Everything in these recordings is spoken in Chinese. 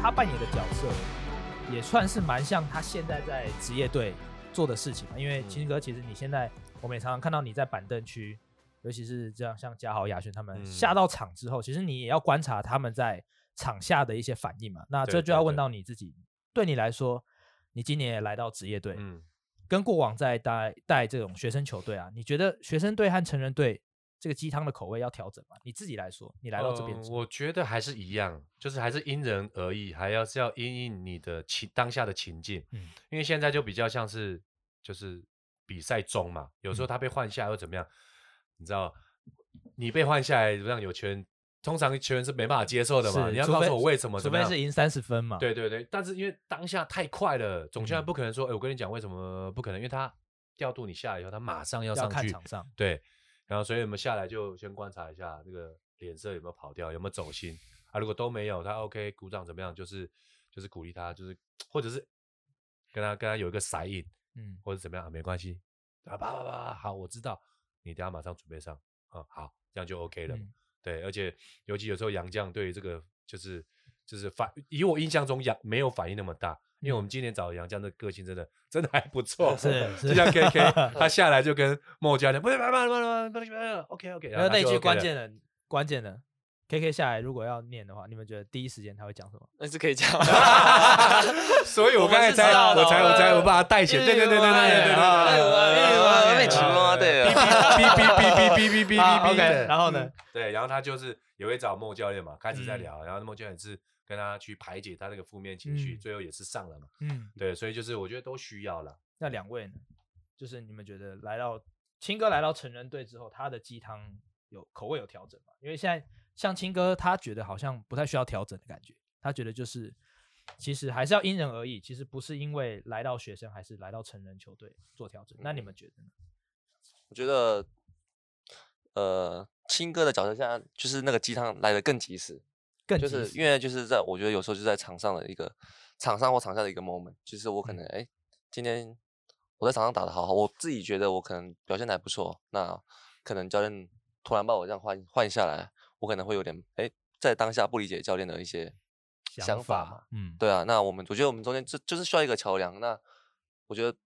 色，也算是蛮像他现在在职业队做的事情嘛。因为嗯秦哥，其实你现在我们也常常看到你在板凳区，尤其是这样像嘉豪、亚轩他们嗯下到场之后，其实你也要观察他们在场下的一些反应嘛。那对这就对要问对到你自己，对你来说，你今年也来到职业队，嗯，跟过往在带带这种学生球队啊，你觉得学生队和成人队这个鸡汤的口味要调整吗？你自己来说，你来到这边呃之后，我觉得还是一样，就是还是因人而异，还要是要因应你的情当下的情境。嗯因为现在就比较像是就是比赛中嘛，有时候嗯他被换下来又怎么样？你知道，你被换下来让有球员，通常球员是没办法接受的嘛。是你要除告非诉我为什么？除怎么非样是赢三十分嘛，，对对对，但是因为当下太快了，总教嗯练不可能说，哎、我跟你讲为什么不可能，因为他调度你下来以后，他马上要要上看去，场上，对，然后所以我们下来就先观察一下那个脸色有没有跑掉，有没有走心啊。如果都没有，他 OK 鼓掌怎么样？就是就是鼓励他，就是或者是跟他跟他有一个骰引，嗯，或者怎么样、啊，没关系啊，啪啪啪，好，我知道，你等下马上准备上啊、好，这样就 OK 了。嗯对，而且尤其有时候杨绛对于这个就是就是反，以我印象中杨没有反应那么大，因为我们今年找的杨绛的个性真的真的还不错，嗯是就是像 KK 他下来就跟莫教练不是不是不是不是不是 OK OK，然后那句关键的关键的 K K 下来如果要念的话，你们觉得第一时间他会讲什么？那是可以讲。 所以我我刚才们是知才道的我才我才我把它带起来，对对对对对对对哔哔哔哔哔哔哔哔，然后呢，对，然后他就是也会找莫教练嘛，开始在聊，然后莫教练是跟他去排解他那个负面情绪，嗯最后也是上了嘛。嗯，对，所以就是我觉得都需要了。那两位呢？就是你们觉得来到青哥来到成人队之后，他的鸡汤有口味有调整吗？因为现在像青哥，他觉得好像不太需要调整的感觉，他觉得就是其实还是要因人而异，其实不是因为来到学生还是来到成人球队做调整。那嗯你们觉得呢？我觉得，呃，青哥的角色下就是那个鸡汤来的更及时，更就及是时因为就是在我觉得有时候就在场上的一个场上或场下的一个 moment，就是我可能哎、诶今天我在场上打的好好，我自己觉得我可能表现的还不错，那可能教练突然把我这样换换下来，我可能会有点哎、诶在当下不理解教练的一些想法嘛，，嗯，对啊，那我们我觉得我们中间就就是需要一个桥梁。那我觉得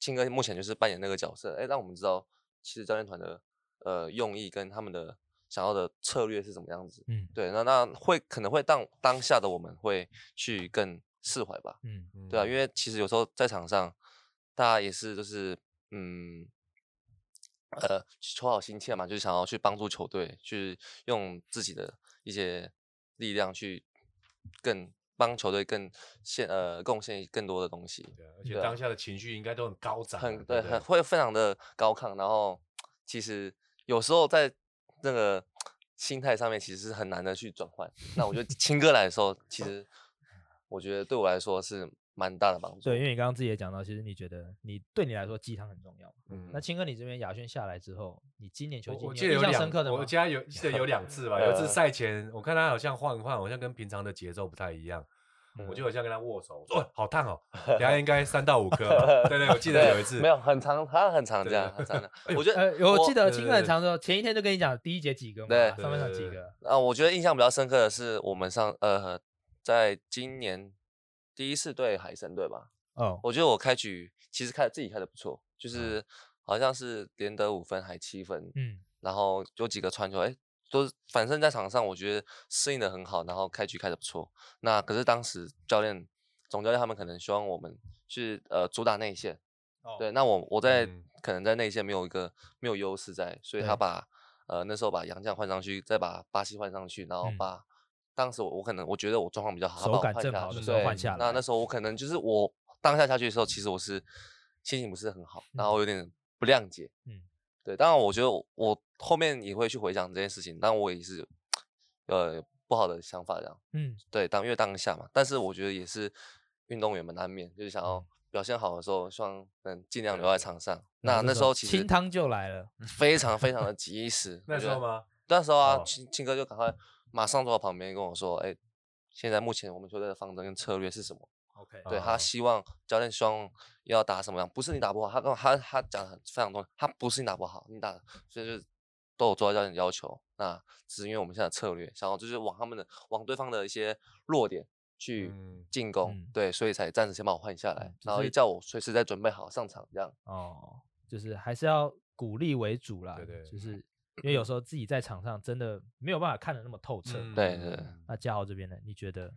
青哥目前就是扮演那个角色，哎，让我们知道其实教练团的呃用意跟他们的想要的策略是怎么样子。嗯对，那那会可能会当当下的我们会去更释怀吧。嗯对啊，因为其实有时候在场上，大家也是就是嗯，呃，求好心切嘛，就是想要去帮助球队，去用自己的一些力量去更帮球队更献呃贡献更多的东西，对啊，而且当下的情绪应该都很高涨啊，很对对，不很会非常的高亢，然后其实有时候在那个心态上面其实是很难的去转换。那我觉得青哥来的时候， 其实我觉得对我来说是蛮大的帮助。对，因为你刚刚自己也讲到，其实你觉得你对你来说鸡汤很重要嘛。嗯那青哥，你这边亚轩下来之后，你今年球季我我你记得印有象两，深刻的吗我？记得有记得有两次吧，有一次呃赛前我看他好像换一换，好像跟平常的节奏不太一样，我就好像跟他握手，我说哦好烫哦，等一下应该三到五颗吧，对 对，我记得对有一次没有很长，他很长这对样，很长的哎。呦我觉得呃，有我记得对青对哥很对常说，前一天就跟你讲第一节几个嘛，对上半场几对对个，啊，我觉得印象比较深刻的是我们上呃，在今年第一次对海神队吧，哦，我觉得我开局其实开自己开的不错，嗯就是好像是连得五分还七分，嗯然后有几个传球，哎，都是反正在场上我觉得适应的很好，然后开局开的不错。那可是当时教练总教练他们可能希望我们去呃主打内线，哦，对，那我我在、嗯。可能在内线没有一个没有优势在，所以他对把呃那时候把杨绛换上去，再把巴西换上去，然后嗯把、当时我我可能我觉得我状况比较好，他手把我感换正下好的去时候对换下来那那时候我可能就是我当下下去的时候，其实我是心情不是很好，然后有点不谅解。嗯嗯，对，当然我觉得我我后面也会去回想这件事情，但我也是呃不好的想法这样。嗯对，当因为当下嘛，但是我觉得也是运动员们难免就是想要表现好的时候，希望能尽量留在场上。然那后那时候其实嗯清汤就来了，非常非常的及时那我时觉得候？吗？那时候啊哦，青青哥就赶快马上坐到旁边跟我说：“哎，现在目前我们球队的方针跟策略是什么？” OK，对哦他希望教练希望要打什么样，不是你打不好，他跟我他他讲的非常多，他不是你打不好，你打所以就是都有做到教练的要求。那只是因为我们现在的策略，想要就是往他们的往对方的一些弱点去嗯进攻，嗯对，所以才暂时先把我换下来，嗯只然后是也叫我随时再准备好上场这样。哦，就是还是要鼓励为主啦，对对就是因为有时候自己在场上真的没有办法看得那么透彻。对对嗯那嘉豪这边呢？你觉得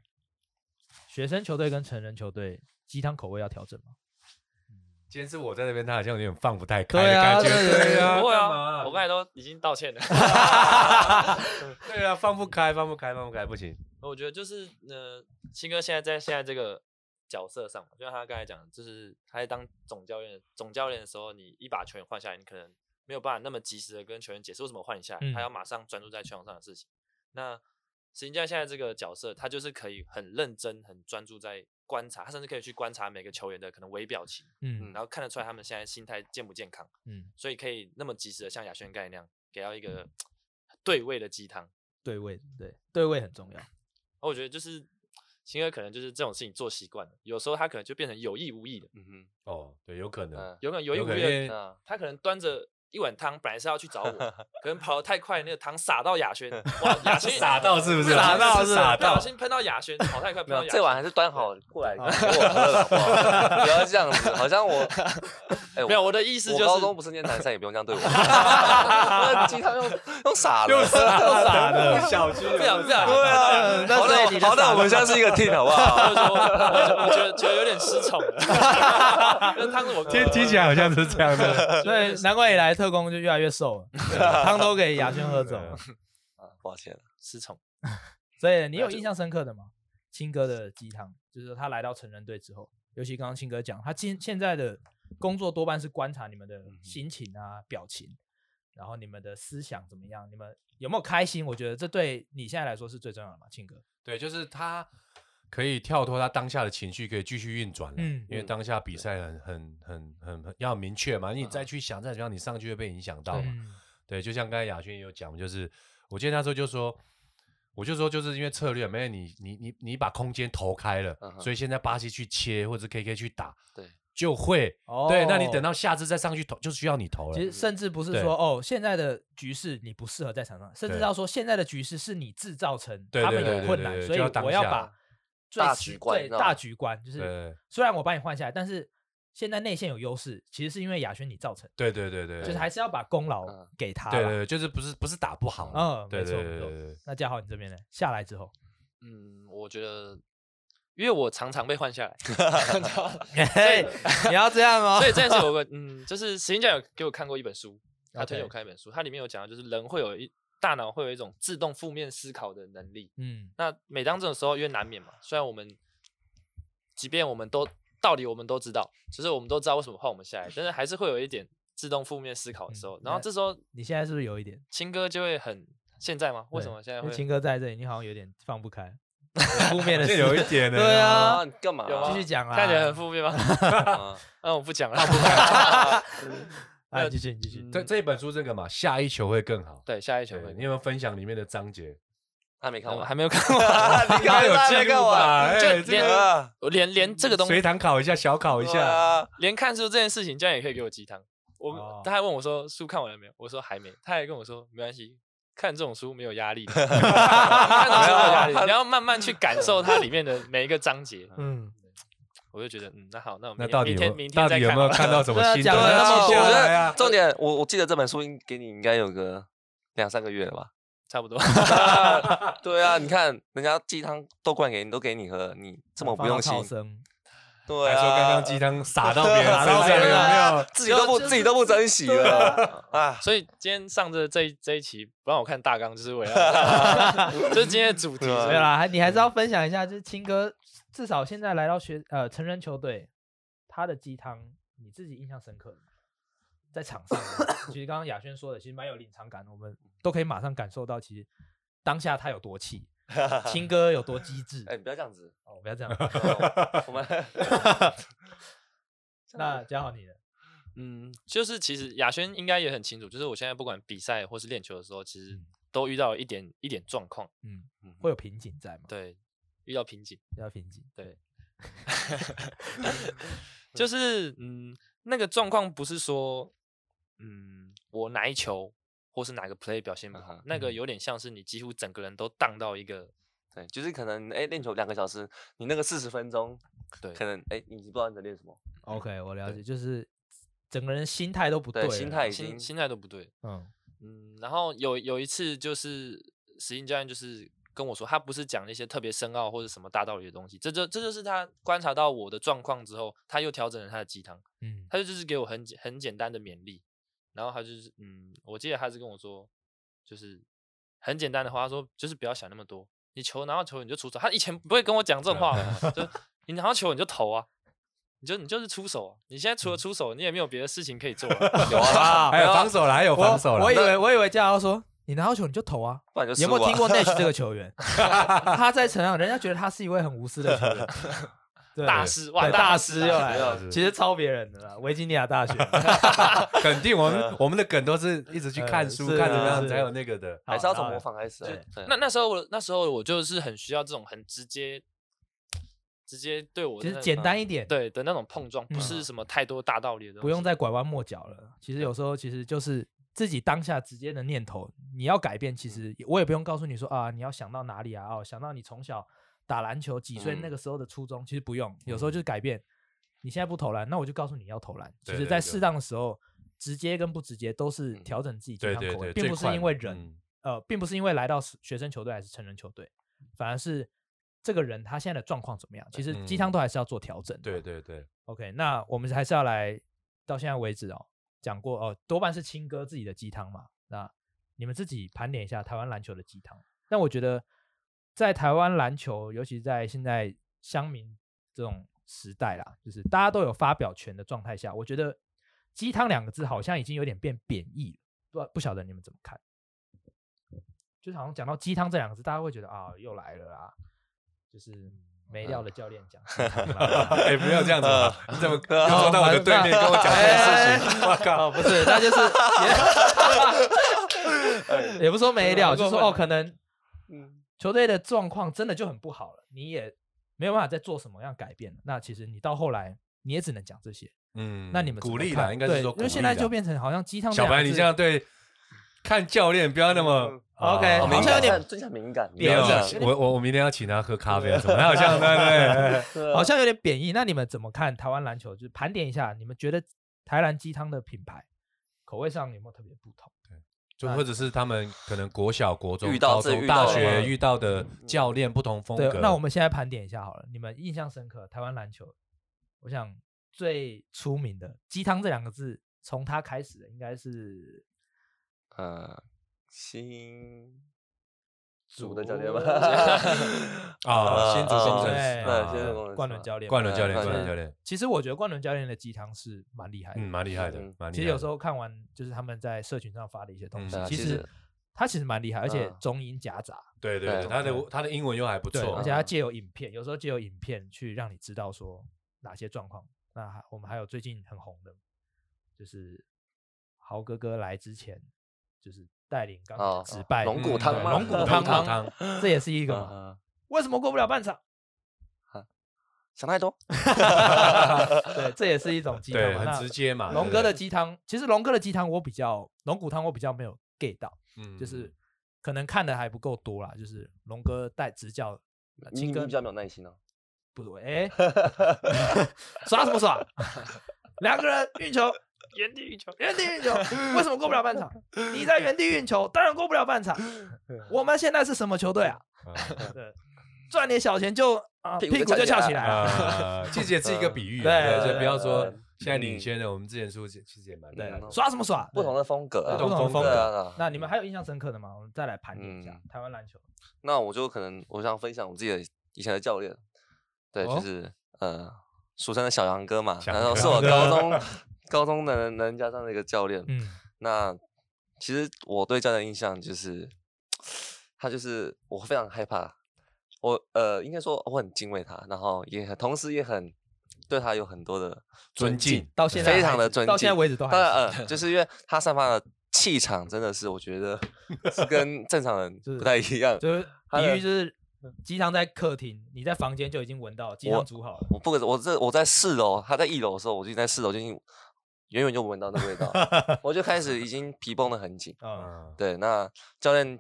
学生球队跟成人球队鸡汤口味要调整吗？今天是我在那边，他好像有点放不太开对的啊感觉。对对啊， 不会干嘛啊，我刚才都已经道歉了。 对啊，放不开，放不开，放不开，不行。我觉得就是，呃，新哥现在在现在这个角色上嘛，就像他刚才讲的，就是他在当总教练总教练的时候，你一把球员换下来，你可能没有办法那么及时的跟球员解释为什么换你下来，嗯他要马上专注在球场上的事情。那石英教练现在这个角色，他就是可以很认真、很专注在观察，他甚至可以去观察每个球员的可能微表情，嗯然后看得出来他们现在心态健不健康，嗯，所以可以那么及时的像亚轩盖那样给到一个对位的鸡汤。对位对对位很重要。然后我觉得就是星哥可能就是这种事情做习惯了，有时候他可能就变成有意无意的，嗯哦，对，有可哼，能。嗯有可能有意有无可意能因为的，啊那他可能端着一碗汤，本来是要去找我，可能跑得太快，那个汤洒 到雅轩，哇，雅轩傻到是啊不是？洒到是啊是傻不小到心喷到雅轩，跑太快没喷到有，雅这碗还轩。是端好过来给我喝了，好不好？不要这样子，好像我，哎，没有，我的意思我就是，高中不是念南山，也不用这样对我。那鸡汤用用傻了，又傻了小区不想不想对啊，那好所以那你的傻我好，那我了们现在是一个 team 好不好？就是我我觉得觉得有点失宠了，跟汤是 我听听起来好像是这样 的。所以难怪以来特工就越来越瘦了，汤都给雅轩喝走了。啊抱歉，失宠。所以你啊那有就印象深刻的吗？青哥的鸡汤，就是说他来到成人队之后，尤其刚刚青哥讲，他现现在的工作多半是观察你们嗯的心情啊、表情，然后你们的思想怎么样，你们有没有开心？我觉得这对你现在来说是最重要的嘛，青哥。对，就是他可以跳脱他当下的情绪，可以继续运转了。嗯因为当下比赛很很很很很要明确嘛，你嗯再去想再怎么样，你上去会被影响到嘛。嗯对，就像刚才亚轩也有讲，就是我记得那时候就说，我就说就是因为策略，没有你你你你把空间投开了，嗯哼所以现在巴西去切或者 KK 去打，对，就会、对。那你等哦到下次再上去投，就需要你投了。其实甚至不是说哦，现在的局势你不适合在场上，甚至对要说现在的局势是你制造成对他对们对有对困对难，对所以就要当我要下把最大实局观最你知道大吗局观，就是对虽然我把你换下来，但是现在内线有优势，其实是因为亚轩你造成的，对对对对，就是还是要把功劳嗯给他对啦。对对，就是不是不是打不好了，嗯对没对错对没错对对，那嘉豪你这边呢？下来之后，嗯，我觉得，因为我常常被换下来，嘿，你要这样哦 所以这件事有个嗯，就是石英教练有给我看过一本书，他推荐 OK 我看一本书，它里面有讲到，就是人会有一大脑会有一种自动负面思考的能力。嗯那每当这种时候，因为难免嘛，虽然我们即便我们都道理我们都知道，就是我们都知道为什么换我们下来，但是还是会有一点自动负面思考的时候。嗯然后那这时候你现在是不是有一点？青哥就会很现在吗？为什对么现在因为会？青哥在这里，你好像有点放不开，负面的这思有一点呢。对啊，你干嘛？有吗继续讲啊，看起来很负面 吗？啊那我不讲了。哎，继续你继续，这这一本书这个嘛，下一球会更好。 对，下一球对，会你有没有分享里面的章 节？还没看我完，还没有看完。应你该看有完记没看录吧？完？哎，就这连个啊我连连这个东西随堂考一下，小考一对下。啊连看书这件事情，居然也可以给我鸡汤。我、哦他还问我说书看完了没有，我说还没，他还跟我说没关系，看这种书没有压力的，看这种书没有压力，你要慢慢去感受它里面的每一个章节。嗯，我就觉得嗯，那好，那我那明到底明有天明到天底有再没有好了看到什 么对啊新的？讲了那么记多下我觉来 得啊！重点，我我记得这本书应给你应该有个两三个月了吧？差不多。 对啊，你看人家鸡汤都灌给你，都给你喝，你这么不用心放到。超生对还啊，说刚刚 鸡汤撒到别人身啊撒到上别有人没有啊？自己都不就自己都不珍惜了 啊！所以今天上这这一这一期不让我看大纲，就是为了就是今天的主题。对啊。没有啦，还你还是要分享一下，就是青哥至少现在来到学呃成人球队，他的鸡汤你自己印象深刻的吗在场上的，其实刚刚雅轩说的，其实蛮有临场感的，我们都可以马上感受到，其实当下他有多气， 青哥有多机智啊哎，你不要这样子， 哦，不要这样。我们 那嘉豪你的，嗯，就是其实亚轩应该也很清楚，就是我现在不管比赛或是练球的时候，其实都遇到一点一点状况，嗯，会有瓶颈在吗？对，遇到瓶颈。要瓶颈。对，就是嗯，那个状况不是说，嗯，我哪一球或是哪个 play 表现不啊好哈，那个嗯有点像是你几乎整个人都荡到一个对，就是可能哎练球两个小时，你那个四十分钟，对可能哎你不知道你在练什么， OK，我了对解，就是整个人心态都不对，心了态已经心心态都不对。嗯嗯，然后有有一次就是实境教练就是跟我说，他不是讲那些特别深奥或者什么大道理的东西，这就这就是他观察到我的状况之后，他又调整了他的鸡汤，嗯，他就就是给我很简很简单的勉励，然后他就是嗯，我记得他是跟我说，就是很简单的话，他说就是不要想那么多，你球拿到球你就出手，他以前不会跟我讲这种话的， 就是你拿到球你就投啊。你就你就是出手啊！你现在除嗯了出手，你也没有别的事情可以 做、啊。有啊，啊还有防守啦，还有我防守啦。我以为我以为教练说你拿到球你就投啊，不然就你有没输有啊听过 Nash 这个球员？他在场上，人家觉得他是一位很无私的球员，对大师哇，对大师师又哎来了其实超别人的啦，维吉尼亚大学。肯定我 们我们的梗都是一直去看呃书是看怎啊么样是才有那个的。还是要从好模。仿开始啊对。对那那时候我那时候我就是很需要这种很直接、直接对我其的实那简种单一点，，对的那种碰撞，不是嗯什么太多大道理的东西，不用再拐弯抹角了。其实有时候其实就是自己当下直接的念头，你要改嗯变，其实也我也不用告诉你说啊，你要想到哪里啊，哦，想到你从小打篮球几岁嗯那个时候的初衷，其实不用，有时候就是改变。你现在不投篮，那我就告诉你要投篮。其嗯对实，对在对嗯适当的时时候，直接跟不直接都是调整自己健对康对口味，对，并最不是快因嘛为人，嗯呃，并不是因为来到是学生球队还是成人球队，反而是这个人他现在的状况怎么样。其实鸡汤嗯都还是要做调整的。对对对， OK，那我们还是要来到现在为止哦，讲过哦，多半是青哥自己的鸡汤嘛。那你们自己盘点一下台湾篮球的鸡汤。那我觉得在台湾篮球，尤其在现在乡民这种时代啦，就是大家都有发表权的状态下，我觉得“鸡汤”两个字好像已经有点变贬义了。不不晓得你们怎么看？就是好像讲到鸡汤这两个字，大家会觉得啊，又来了啦，就是没料的教练讲鸡汤啦。 哎，不要这样 子嘛，呃你怎么又好坐到我的反对面跟我讲这件事 情？哎我靠！哦，不是，那就是也 也不说没料，就过是分说哦，可能嗯球队的状况真的就很不好了，你也没有办法再做什么样改变了。那其实你到后来，你也只能讲这些。嗯那你们怎鼓么励看啦，应该是对说因鼓为励现在啦就变成好像鸡汤小两个白，你字这样对看教练不要那么嗯啊 OK，哦好敏像有感点真假敏感，没贬有义这样有啊点我我我明天要请他喝咖 啡啊什么，他好像对对对，对啊好像有点贬义。那你们怎么看台湾篮球？就是盘点一下，你们觉得台篮鸡汤的品牌口味上有没有特别不同？就或者是他们可能国小、国中、遇到高这中、遇大到学了遇到的教练不同嗯风对格。，那我们现在盘点一下好了，你们印象深刻台湾篮球，我想最出名的“鸡汤”这两个字，从它开始的应该是呃，新组的教练吧， 啊，呃新竹呃工程对师，对，新啊竹工程师冠伦教练嘛。冠伦教练，呃冠伦对教练，其实我觉得冠伦教练的鸡汤是蛮厉害的，嗯，蛮厉害的嗯，蛮厉害的。其实有时候看完就是他们在社群上发的一些东西，嗯对啊其其实实他其实蛮厉害，而且嗯中英夹杂，对对对对，他的他的英文又还不对，错啊啊而且，他借由影片，有时候借由影片去让你知道说哪些状况。那还我们还有最近很红的，就是豪哥哥来之前，就是带领钢哦琴直败嗯龙骨汤对吗龙骨龙骨汤汤汤，这也是一个嘛。嗯为什么过不了半 场？想太多，对，这也是一种鸡汤对，嘛。很那直接啊嘛。龙对哥的，鸡汤，其实龙哥的鸡汤我比较龙骨汤我比较没有 get 到，对嗯就是可能看的还不够多啦。就是龙哥带执教，呃你青你哥比较没有耐心哦。不对， 哎、耍什么 耍？两个人运球，原地运球。原地运 球，为什么过不了半场？你在原地运球，当然过不了半 场。我们现在是什么球队啊？啊对，赚点小钱就啊，屁股就屁股就翘翘起起来来了。 啊，其实也是一个比喻啊，呃对对，对嗯所以不要说对现在领先了，我们之前输其其实也蛮厉害的嗯。耍什么耍？不同对。的风格啊，不同的风对啊格对啊那你们还有印象深刻的吗？我们再来盘点一下嗯台湾篮球。那我就可能我想分享我自己的以前的教练，对，哦就是呃，俗称的小杨哥嘛，小然杨后是哥我高中 高中的人人家上的一个教练。嗯那其实我对教练的印象就是，他就是我非常害怕，我呃应该说我很敬畏他，然后也很同时也很对他有很多的尊敬，到现在非还常的是尊到现在敬为止都还当然，是呃，就是因为他散发的气场真的是，我觉得是跟正常 人就是不太一样。就是他比的喻就是鸡汤在客厅，你在房间就已经闻到鸡我汤煮好了。我不可，我这我在四楼，他在一楼的时候，我就已经在四楼就已经远远就闻到那味道， 我就开始已经皮绷得很紧。嗯嗯，对，那教练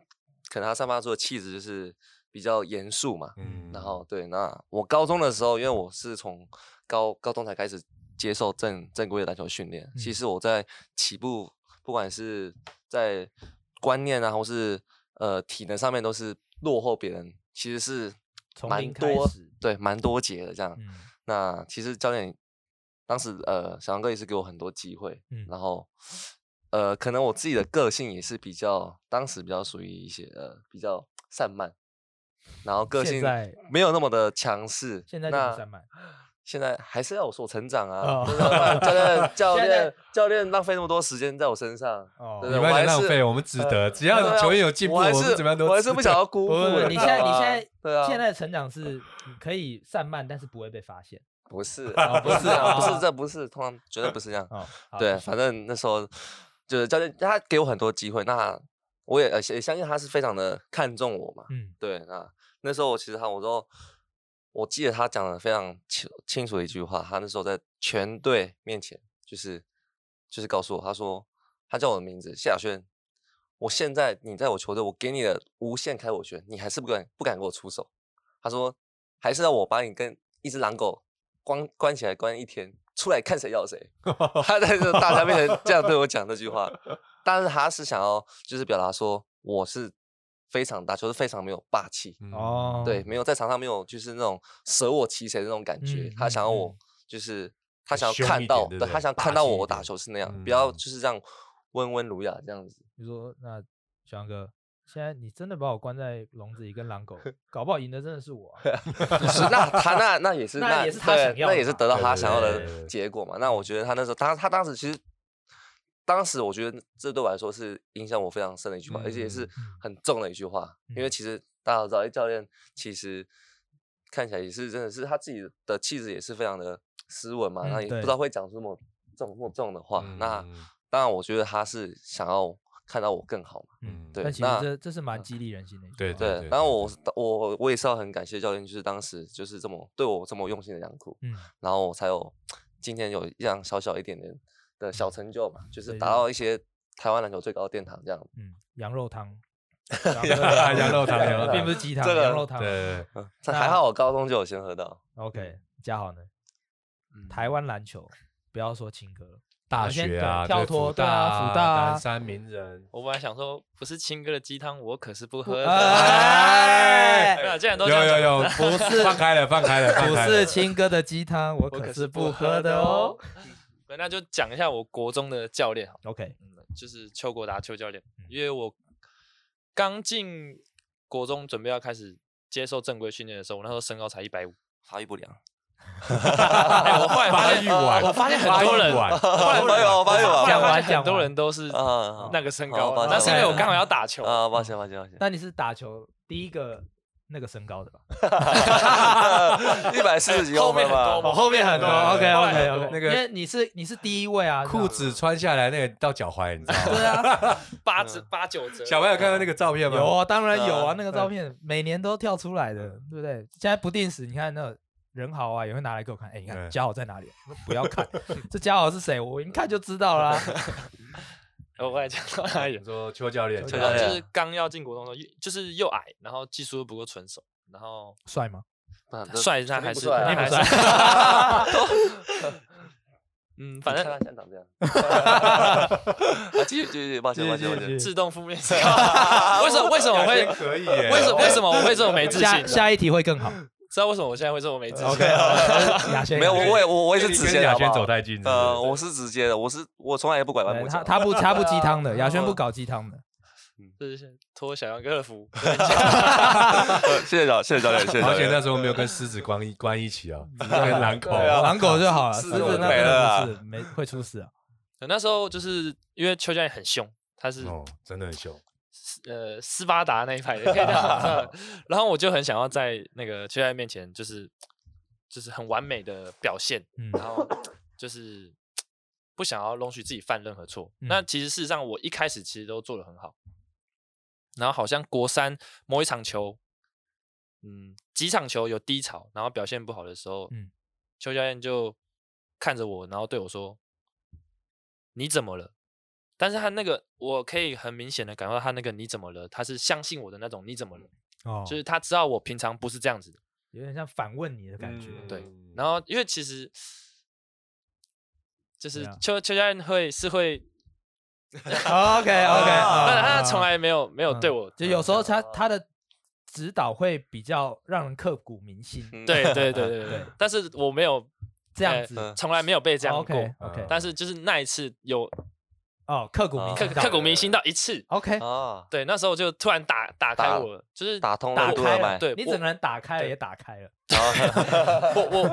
可能他散发出的气质就是比较严肃嘛。嗯然后对，那我高中的时候，因为我是从高高中才开始接受正正规的篮球训练，其嗯实我在起步，不管是在观念啊，或是呃体能上面，都是落后别人，其实是从蛮零开多始对蛮多节的这样。嗯那其实教练当时呃，小杨哥也是给我很多机会，嗯然后呃，可能我自己的个性也是比较当时比较属于一些呃比较散漫，然后个现性在没有那么的强势。现在就那不散漫， 现在还是要有所成长啊！哦就是要不然教练教现在练教练浪费那么多时间在我身上，哦对你对不要讲我还浪是费，我们值呃得。只要对啊球员有进步，我还们是怎么样都我还是值不得 想要辜不负不不人你家现在你啊现在对啊，现在的成长是你可以散漫，但是不会被发现。不是哦不不是是啊，不啊是这不是，通常绝对不是这样。哦，好对，啊反正那时候就是教练，他给我很多机会，那我也呃也相信他是非常的看重我嘛。嗯对，那那时候我其实他，我说我记得他讲的非常清清楚的一句话，他那时候在全队面前，就是就是告诉我，他说他叫我的名字谢亚轩，我现在你在我球队，我给你的无限开火权，你还是不敢不敢给我出手。他说还是要我把你跟一只狼狗关关起来关一天，出来看谁要谁。 他在这大家面前这样对我讲这句话，但是他是想要就是表达说我是非常打球是非常没有霸气， 嗯哦，对，没有在场上没有就是那种舍我其谁的那种感觉。嗯他想要嗯我嗯就是他很想凶要一看点到，对对不他对想霸看到气一我我打点球是那样，不要嗯就是这样温文儒雅这样子。你说那小杨哥，现在你真的把我关在笼子里跟狼狗，搞不好赢的真的是我啊、 是，那他那那也是那也是他对想要那的也是嘛得到对他对想要对对的对结果嘛。那我觉得他那时候，他他当时其实，当时我觉得这对我来说是影响我非常深的一句话，而且也是嗯很重的一句话。因为嗯其实大家都知道，诶教练其实看起来也是真的是他自己的气质也是非常的斯文嘛，嗯那也不知对道会讲出那么重那么重的话。哦那嗯当然，我觉得他是想要看到我更好嘛。嗯，嗯对但其实那嗯这这是蛮激励人心的一句话。对，对，然后我是我我也是要很感谢教练，就是当时就是这么对我这么用心的养苦，嗯，然后我才有今天有这样小小一点点的小成就嘛，就是对达就到一些台湾篮球最高的殿堂这样。嗯，羊肉 汤 啊羊肉汤羊肉并汤不是鸡汤，这个羊肉汤。对，嗯嗯，这还好我高中就有先喝到， OK，嘉豪呢？台湾篮球，不要说青哥了，我大们先对学啊，跳对脱，辅对啊，大辅大啊南，山名 人，我本来想说，不是亲哥的鸡汤，我可是不喝的。哎对啊，既然都有这样有讲有，不是放开了，放开了，放不开是了。青哥的鸡汤，我可是不喝的哦。。对那就讲一下我国中的教练好了， OK，嗯，就是邱国达邱教练，嗯因为我刚进国中，准备要开始接受正规训练的时候，我那时候身高才一百五。发育不良。哎我后来发发现育，晚，我发现很多人，发育晚后来发育晚发育晚后来讲发完现哦很讲多完哦人都是啊那个身好高抱，那歉是因为抱歉我哦刚好要打球，啊，抱歉抱歉抱歉，那你是打球第一个那个身高的吧？一百四十几后公面分很吧多嘛，哦，后面很多。对对 OK 对 OK 后来 OK，多很因为你是你是第一位啊，裤子子穿下来那个到脚踝，你知道吗？对啊，八折八九折。小朋友看到那个照片吗？有啊，当然有啊嗯，那个照片每年都跳出来的，对不对？现在不定时，你看那人豪啊，也会拿来给我看，哎，你对看嘉豪在哪里？我说不要看， 这嘉豪是谁？我一看就知道 啦。我后来讲到哪里你？说邱教练，邱教然后练就是刚要进国中的时候，就是又矮，然后技术又不够纯熟，然后帅吗？啊这帅他还肯定不是帅啊他肯定还不是帅，嗯，反正你看他现在长这样。啊，继续继续，抱歉抱歉抱歉。自动负面思考。为什么为什 么我会还可以耶？为什 么为什么我会这么没自信啊下？下一题会 更好。知道为什么我现在会这么没自信 OK，吗？雅轩没有，我我也我我也你是直跟接的，亚好不轩好走太近是不是呃，我是直接的，我是我从来也不拐弯抹对角他。他不他不鸡汤 的，雅轩不搞鸡汤的。这是托小杨哥的福。呃谢谢教谢谢教练，谢谢教而且那练。时候没有跟狮子关一关一起 啊，跟狼狗。对啊狼狗就好了，狮狮子子我就那没真了啊的不是没会出事啊。那时候就是因为邱教练很凶，他是哦，真的很凶。呃斯巴达那一派的，可以这 样说然后我就很想要在那个邱教练面前，就是就是很完美的表现，嗯然后就是不想要容许自己犯任何错。那嗯其实事实上，我一开始其实都做的很好，然后好像国三某一场球，嗯，几场球有低潮，然后表现不好的时候，嗯邱教练就看着我，然后对我说：“你怎么了？”但是他那个，我可以很明显的感受到他那个“你怎么了”，他是相信我的那种“你怎么了”，哦就是他知道我平常不是这样子的。有点像反问你的感觉。嗯对然后因为其实对就是啊邱邱教练会是会， OK OK，啊但他从来没有没没有对我，嗯就有时候他嗯他的指导会比较让人刻骨铭心，嗯对对对对对对，但是我没有这样呃子。嗯从来没有被这样过。 OK OK，嗯但是就是那一次有哦，刻骨铭哦刻心到，刻骨铭心到一次， OK，啊，对，那时候我就突然打打开打我了，就是打通打任督开二了，脉，对你我整个人打开了，对也打开了。啊我我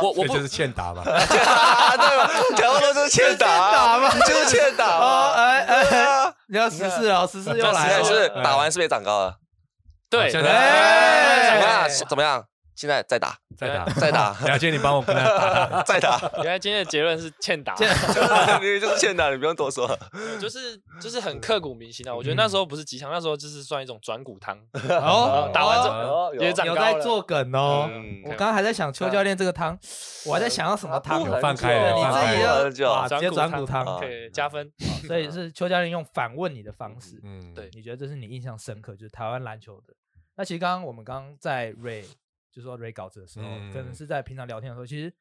我我这不就是欠打 嘛，对吧？全部都是欠打，你就是欠打哦，嘛。哎 对哎，啊你要十四哦，十四又这来现在了，是嗯打完是不是也长高了？对，现对在怎哎么样？怎么样？现在再打，再 打，再打， 了解你帮我跟他打打，再打，原来今天的结论是 欠打，就是你就是欠打，你不用多说。就是就是很刻骨铭心啊。我觉得那时候不是吉祥，那时候就是算一种转骨 汤，哦，打完之哦后也长有高在了。做梗哦。嗯我刚刚还在想邱教练这个汤，我还在想要什么啊汤有哦。放开了，你放自开己了要要很久哇直接转转骨骨汤啊汤，可以加分，所以是邱教练用反问你的方式。嗯对你觉得这是你印象深刻，就是台湾篮球的。那其实刚刚我们刚刚在 Ray 就说 Ray 稿子的时候，可能嗯是在平常聊天的时候，其实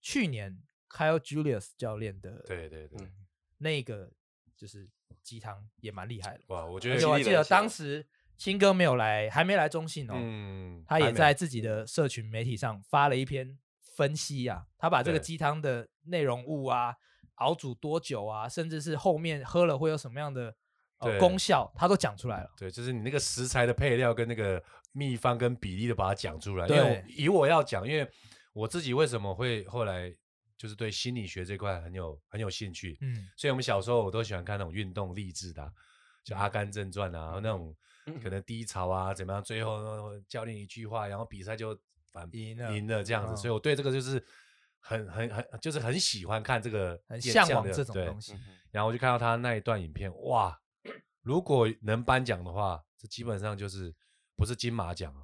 去年 Kyle Julius 教练的嗯对对嗯对，那个就是鸡汤也蛮厉害的。哇，我觉而得且我还激记励了得一下当时青哥没有来，还没来中信哦，嗯，他还也没在自己的社群媒体上发了一篇分析啊，他把这个对鸡汤的内容物啊、熬煮多久啊，甚至是后面喝了会有什么样的、呃、对功效，他都讲出来了。对，就是你那个食材的配料跟那个秘方跟比例的把它讲出来。因对为我以我要讲，因为我自己为什么会后来就是对心理学这块很有很有兴趣，嗯，所以我们小时候我都喜欢看那种运动励志的啊、像《阿甘正传》啊，那种嗯可能低潮啊怎么样，最后呃教练一句话，然后比赛就反赢了赢了这样子。嗯所以我对这个就是很很很就是很喜欢看这个很变向相往的这种对嗯东嗯西。然后我就看到他那一段影片，哇！如果能颁奖的话，这基本上就是不是金马奖啊，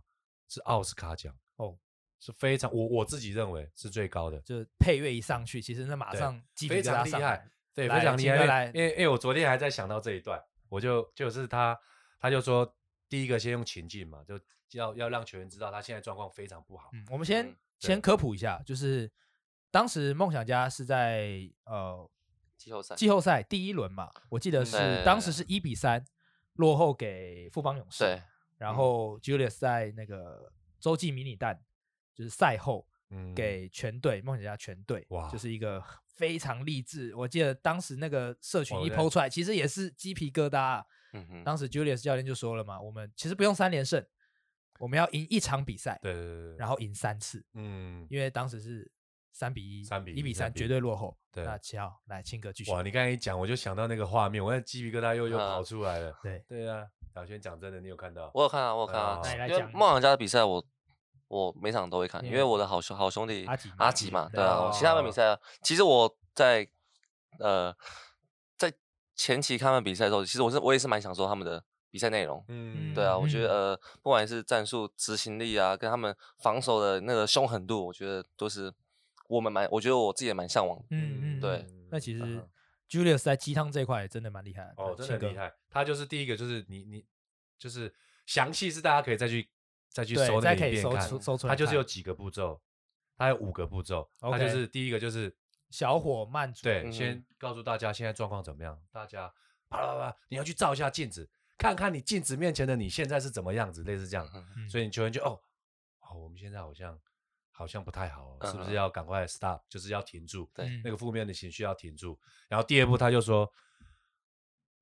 是奥斯卡奖哦，是非常我我自己认为是最高的，就是配乐一上去，其实那马对上鸡皮非疙瘩常厉上害来。，对，来非常厉请回害来。啊因为因为因为我昨天还在想到这一段，我就就是他他就说第一个先用情境嘛，就要要让球员知道他现在状况非常不好，嗯，我们先嗯先科普一下，就是当时梦想家是在呃季后赛，季后赛第一轮嘛，我记得嗯是对当时是一比三落后给富邦勇士，对，然嗯后 Julius 在那个洲际迷你蛋就是赛后嗯，给全队梦想家全队，哇就是一个非常励志。我记得当时那个社群哇一对抛出来，其实也是鸡皮疙瘩啊。嗯哼，当时 Julius 教练就说了嘛，我们其实不用三连胜，我们要赢一场比赛，对对对对，然后后赢三次，嗯，因为当时是三比一， 3比一比1三3比绝对落后。对那七号来青哥继续。哇，你刚才一讲我就想到那个画面，我那鸡皮疙瘩又又啊跑出来了。对，对啊，小轩讲真的，你有看到？我有看啊，我有看啊哦那你，来因为讲一下梦想家的比赛我。我每场都会看，因为嗯我的好兄好兄弟阿吉嘛阿吉嘛，嗯对啊，对我其他的比赛啊，其实我在呃在前期看他们比赛的时候，其实我是我也是蛮享受他们的比赛内容，嗯，对啊，我觉得嗯呃，不管是战术执行力啊，跟他们防守的那个凶狠度，我觉得都是我们蛮，我觉得我自己也蛮向往的。嗯嗯，对嗯那其嗯实哼 Julius 在鸡汤这一块真的蛮厉害哦，真的很厉。那害。他就是第一个，就是你你就是详细是大家可以再去再去对搜那再个可影以片搜看出搜出来它就是看有几个步骤，它有五个步骤。它就 OK 是第一个就是小火慢煮，对，嗯先告诉大家现在状况怎么样，大家啪啦啪啦，你要去照一下镜子，看看你镜子面前的你现在是怎么样子，类似这样。嗯所以你球员就哦哦，我们现在好像好像不太好哦，是不嗯是要赶快 stop，就是要停住？对嗯那个负面的情绪要停住。然后第二步，他就说：“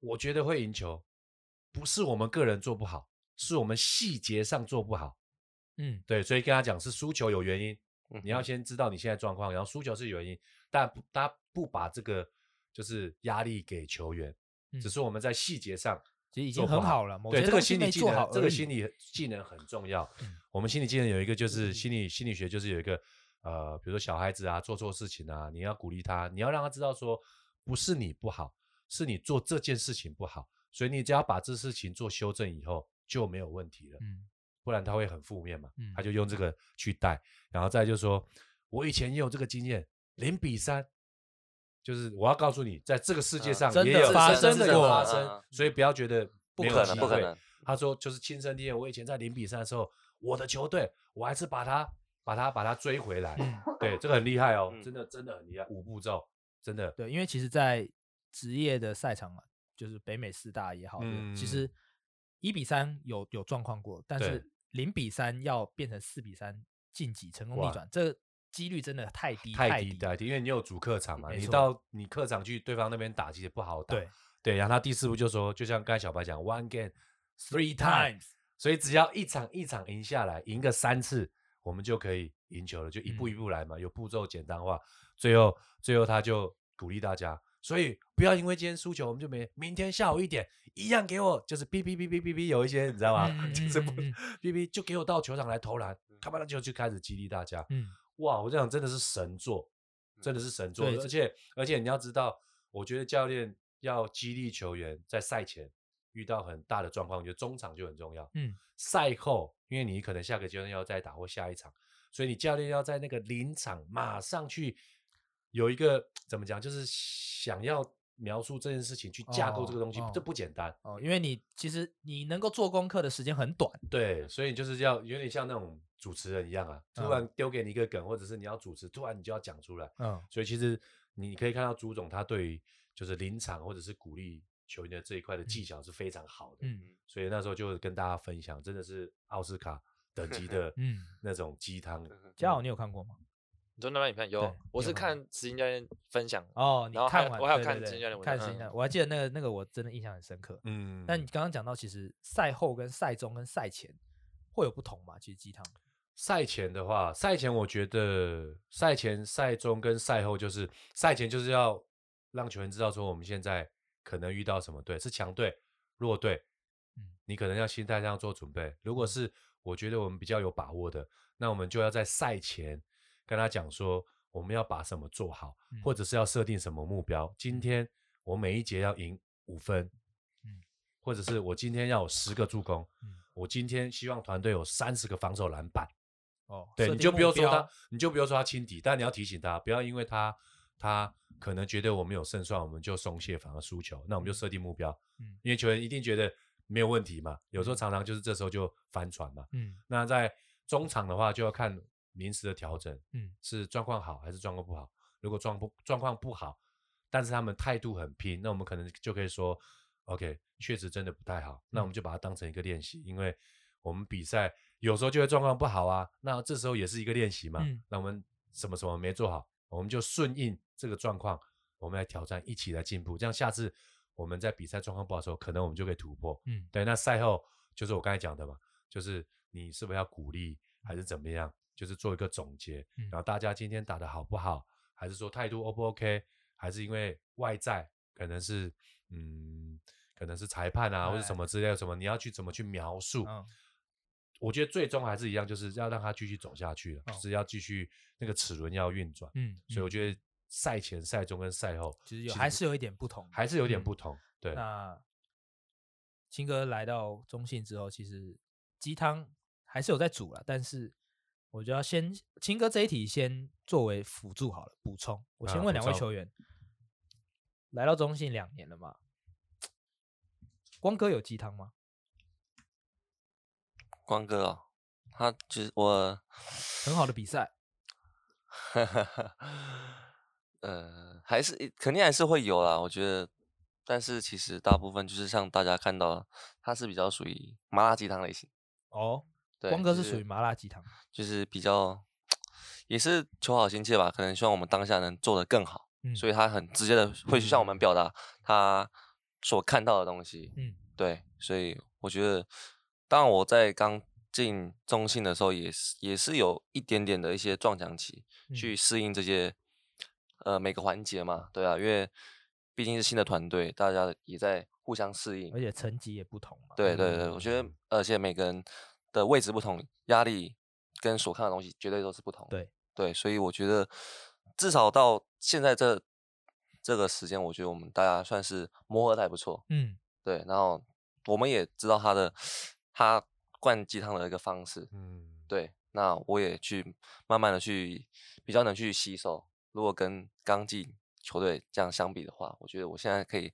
我觉得会赢球，不是我们个人做不好，是我们细节上做不好。嗯”对，所以跟他讲是输球有原因，嗯你要哼先知道你现在状况，然后输球是有原因，但不，他不把这个就是压力给球员，嗯只是我们在细节上。其实已做经不很好好了，某对些这东个西心没理技做能好，这而个已心理技能很重要嗯。我们心理技能有一个就是心理心理学，就是有一个呃，比如说小孩子啊做错事情啊，你要鼓励他，你要让他知道说不是你不好，是你做这件事情不好，所以你只要把这事情做修正以后就没有问题了。嗯不然他会很负面嘛。嗯他就用这个去带，然后再就说，我以前也有这个经验，零比三，就是我要告诉你，在这个世界嗯上真也的有发真生的有过发嗯生嗯嗯，所以不要觉得不没有可机能不可会能他说就是亲身体验，我以前在零比三的时候，我的球队我还是把他把他把他追回来，嗯对，这个很厉害哦，嗯真的真的很厉害，五步骤真的，对，因为其实，在职业的赛场嘛，就是北美四大也好，嗯其实一比三有有状况过，但对是零比三要变成四比三晋级成功哇逆转，这几率真的太低太低低太低，因为你有主客场嘛，没你错到你客场去对方那边打，其实不好打。对对，然后他第四步就说，就像刚才小白讲，one game three times， times 所以只要一场一场赢下来，赢个三次，我们就可以赢球了，就一步嗯一步来嘛，有步骤简单化。最后，最后他就鼓励大家，所以不要因为今天输球，我们就没明天下午一点一样给我就是哔哔哔哔哔哔，有一些你知道吗？ 嗯就是不嗯嗯哔哔就给我到球场来投篮，他们就就开始激励大家。嗯，哇，我这样真的是神作，真的是神作。对而这且而且你要知道，我觉得教练要激励球员在赛前遇到很大的状况，我觉得中场就很重要。嗯，赛后因为你可能下个阶段要再打或下一场，所以你教练要在那个临场马上去有一个怎么讲，就是想要描述这件事情去架构这个哦东西，这哦不简单。哦，因为你其实你能够做功课的时间很短，对，所以就是要有点像那种主持人一样啊，突嗯然丢给你一个梗，或者是你要主持，突然你就要讲出来。嗯，所以其实你可以看到朱总他对于就是临场或者是鼓励球员的这一块的技巧是非常好的。嗯所以那时候就跟大家分享，真的是奥斯卡 等级的嗯那种鸡汤。嘉豪你有看过吗？你说那段影片有啊对，我你是有看看石英教练分享，哦，你然后还看有完我还有对看对金对教练文看章金教嗯练，我还记得那个那个我真的印象很深刻。嗯，那你刚刚讲到，其实赛后跟赛中跟赛前会有不同嘛？其实鸡汤，赛前的话，赛前我觉得赛前、赛中跟赛后就是赛前就是要让球员知道说我们现在可能遇到什么队，是强队、弱队，嗯你可能要心态上做准备。如果是我觉得我们比较有把握的，那我们就要在赛前跟他讲说我们要把什么做好，嗯或者是要设定什么目标。今天我每一节要赢五分，嗯或者是我今天要有十个助攻，嗯我今天希望团队有三十个防守篮板。哦，对，设你定就不目用说标他，你就不用说他轻敌，但你要提醒他，不要因为他他可能觉得我们有胜算，我们就松懈，反而输球。那我们就设定目标，嗯因为球员一定觉得没有问题嘛。有时候常常就是这时候就翻船嘛。嗯那在中场的话，就要看临时的调整，嗯是状况好还是状况不好。如果状不状况不好，但是他们态度很拼，那我们可能就可以说，OK，确实真的不太好，嗯那我们就把它当成一个练习，因为我们比赛有时候就会状况不好啊，那这时候也是一个练习嘛。嗯那我们什么什么没做好，我们就顺应这个状况，我们来挑战，一起来进步，这样下次我们在比赛状况不好的时候，可能我们就可以突破。嗯对，那赛后就是我刚才讲的嘛，就是你是不是要鼓励，还是怎么样，就是做一个总结，嗯然后大家今天打的好不好，还是说态度 O 不 OK，还是因为外在可能是嗯，可能是裁判啊或者哎什么之类的什么，你要去怎么去描述？嗯我觉得最终还是一样，就是要让他继续走下去了，哦就是要继续那个齿轮要运转。嗯，所以我嗯觉得赛前、赛中跟赛后其实有还是有一点不同，还是有点嗯不同。对，那青哥来到中信之后，其实鸡汤还是有在煮了，但是我就要先青哥这一题先作为辅助好了，补充。我啊先问补两位充球员，来到中信两年了嘛，光哥有鸡汤吗？光哥哦，他其实我，很好的比赛， 呃，还是肯定还是会有啦，我觉得。但是其实大部分就是像大家看到的，他是比较属于麻辣鸡汤类型。哦，对，光哥就是属于麻辣鸡汤，就是比较也是求好心切吧，可能希望我们当下能做得更好，嗯所以他很直接的会去向我们表达他所看到的东西。嗯对，所以我觉得，当然我在刚进中信的时候，也是也是有一点点的一些撞墙期，嗯去适应这些呃每个环节嘛，对啊，因为毕竟是新的团队，大家也在互相适应而，且层级也不同嘛。嗯对对对，我觉得，而且每个人的位置不同，压力跟所看的东西绝对都是不同的。对对，所以我觉得至少到现在这这个时间，我觉得我们大家算是磨合的还不错。嗯对，然后我们也知道他的他灌鸡汤的一个方式。嗯，对，那我也去慢慢的去比较能去吸收。如果跟刚进球队这样相比的话，我觉得我现在可以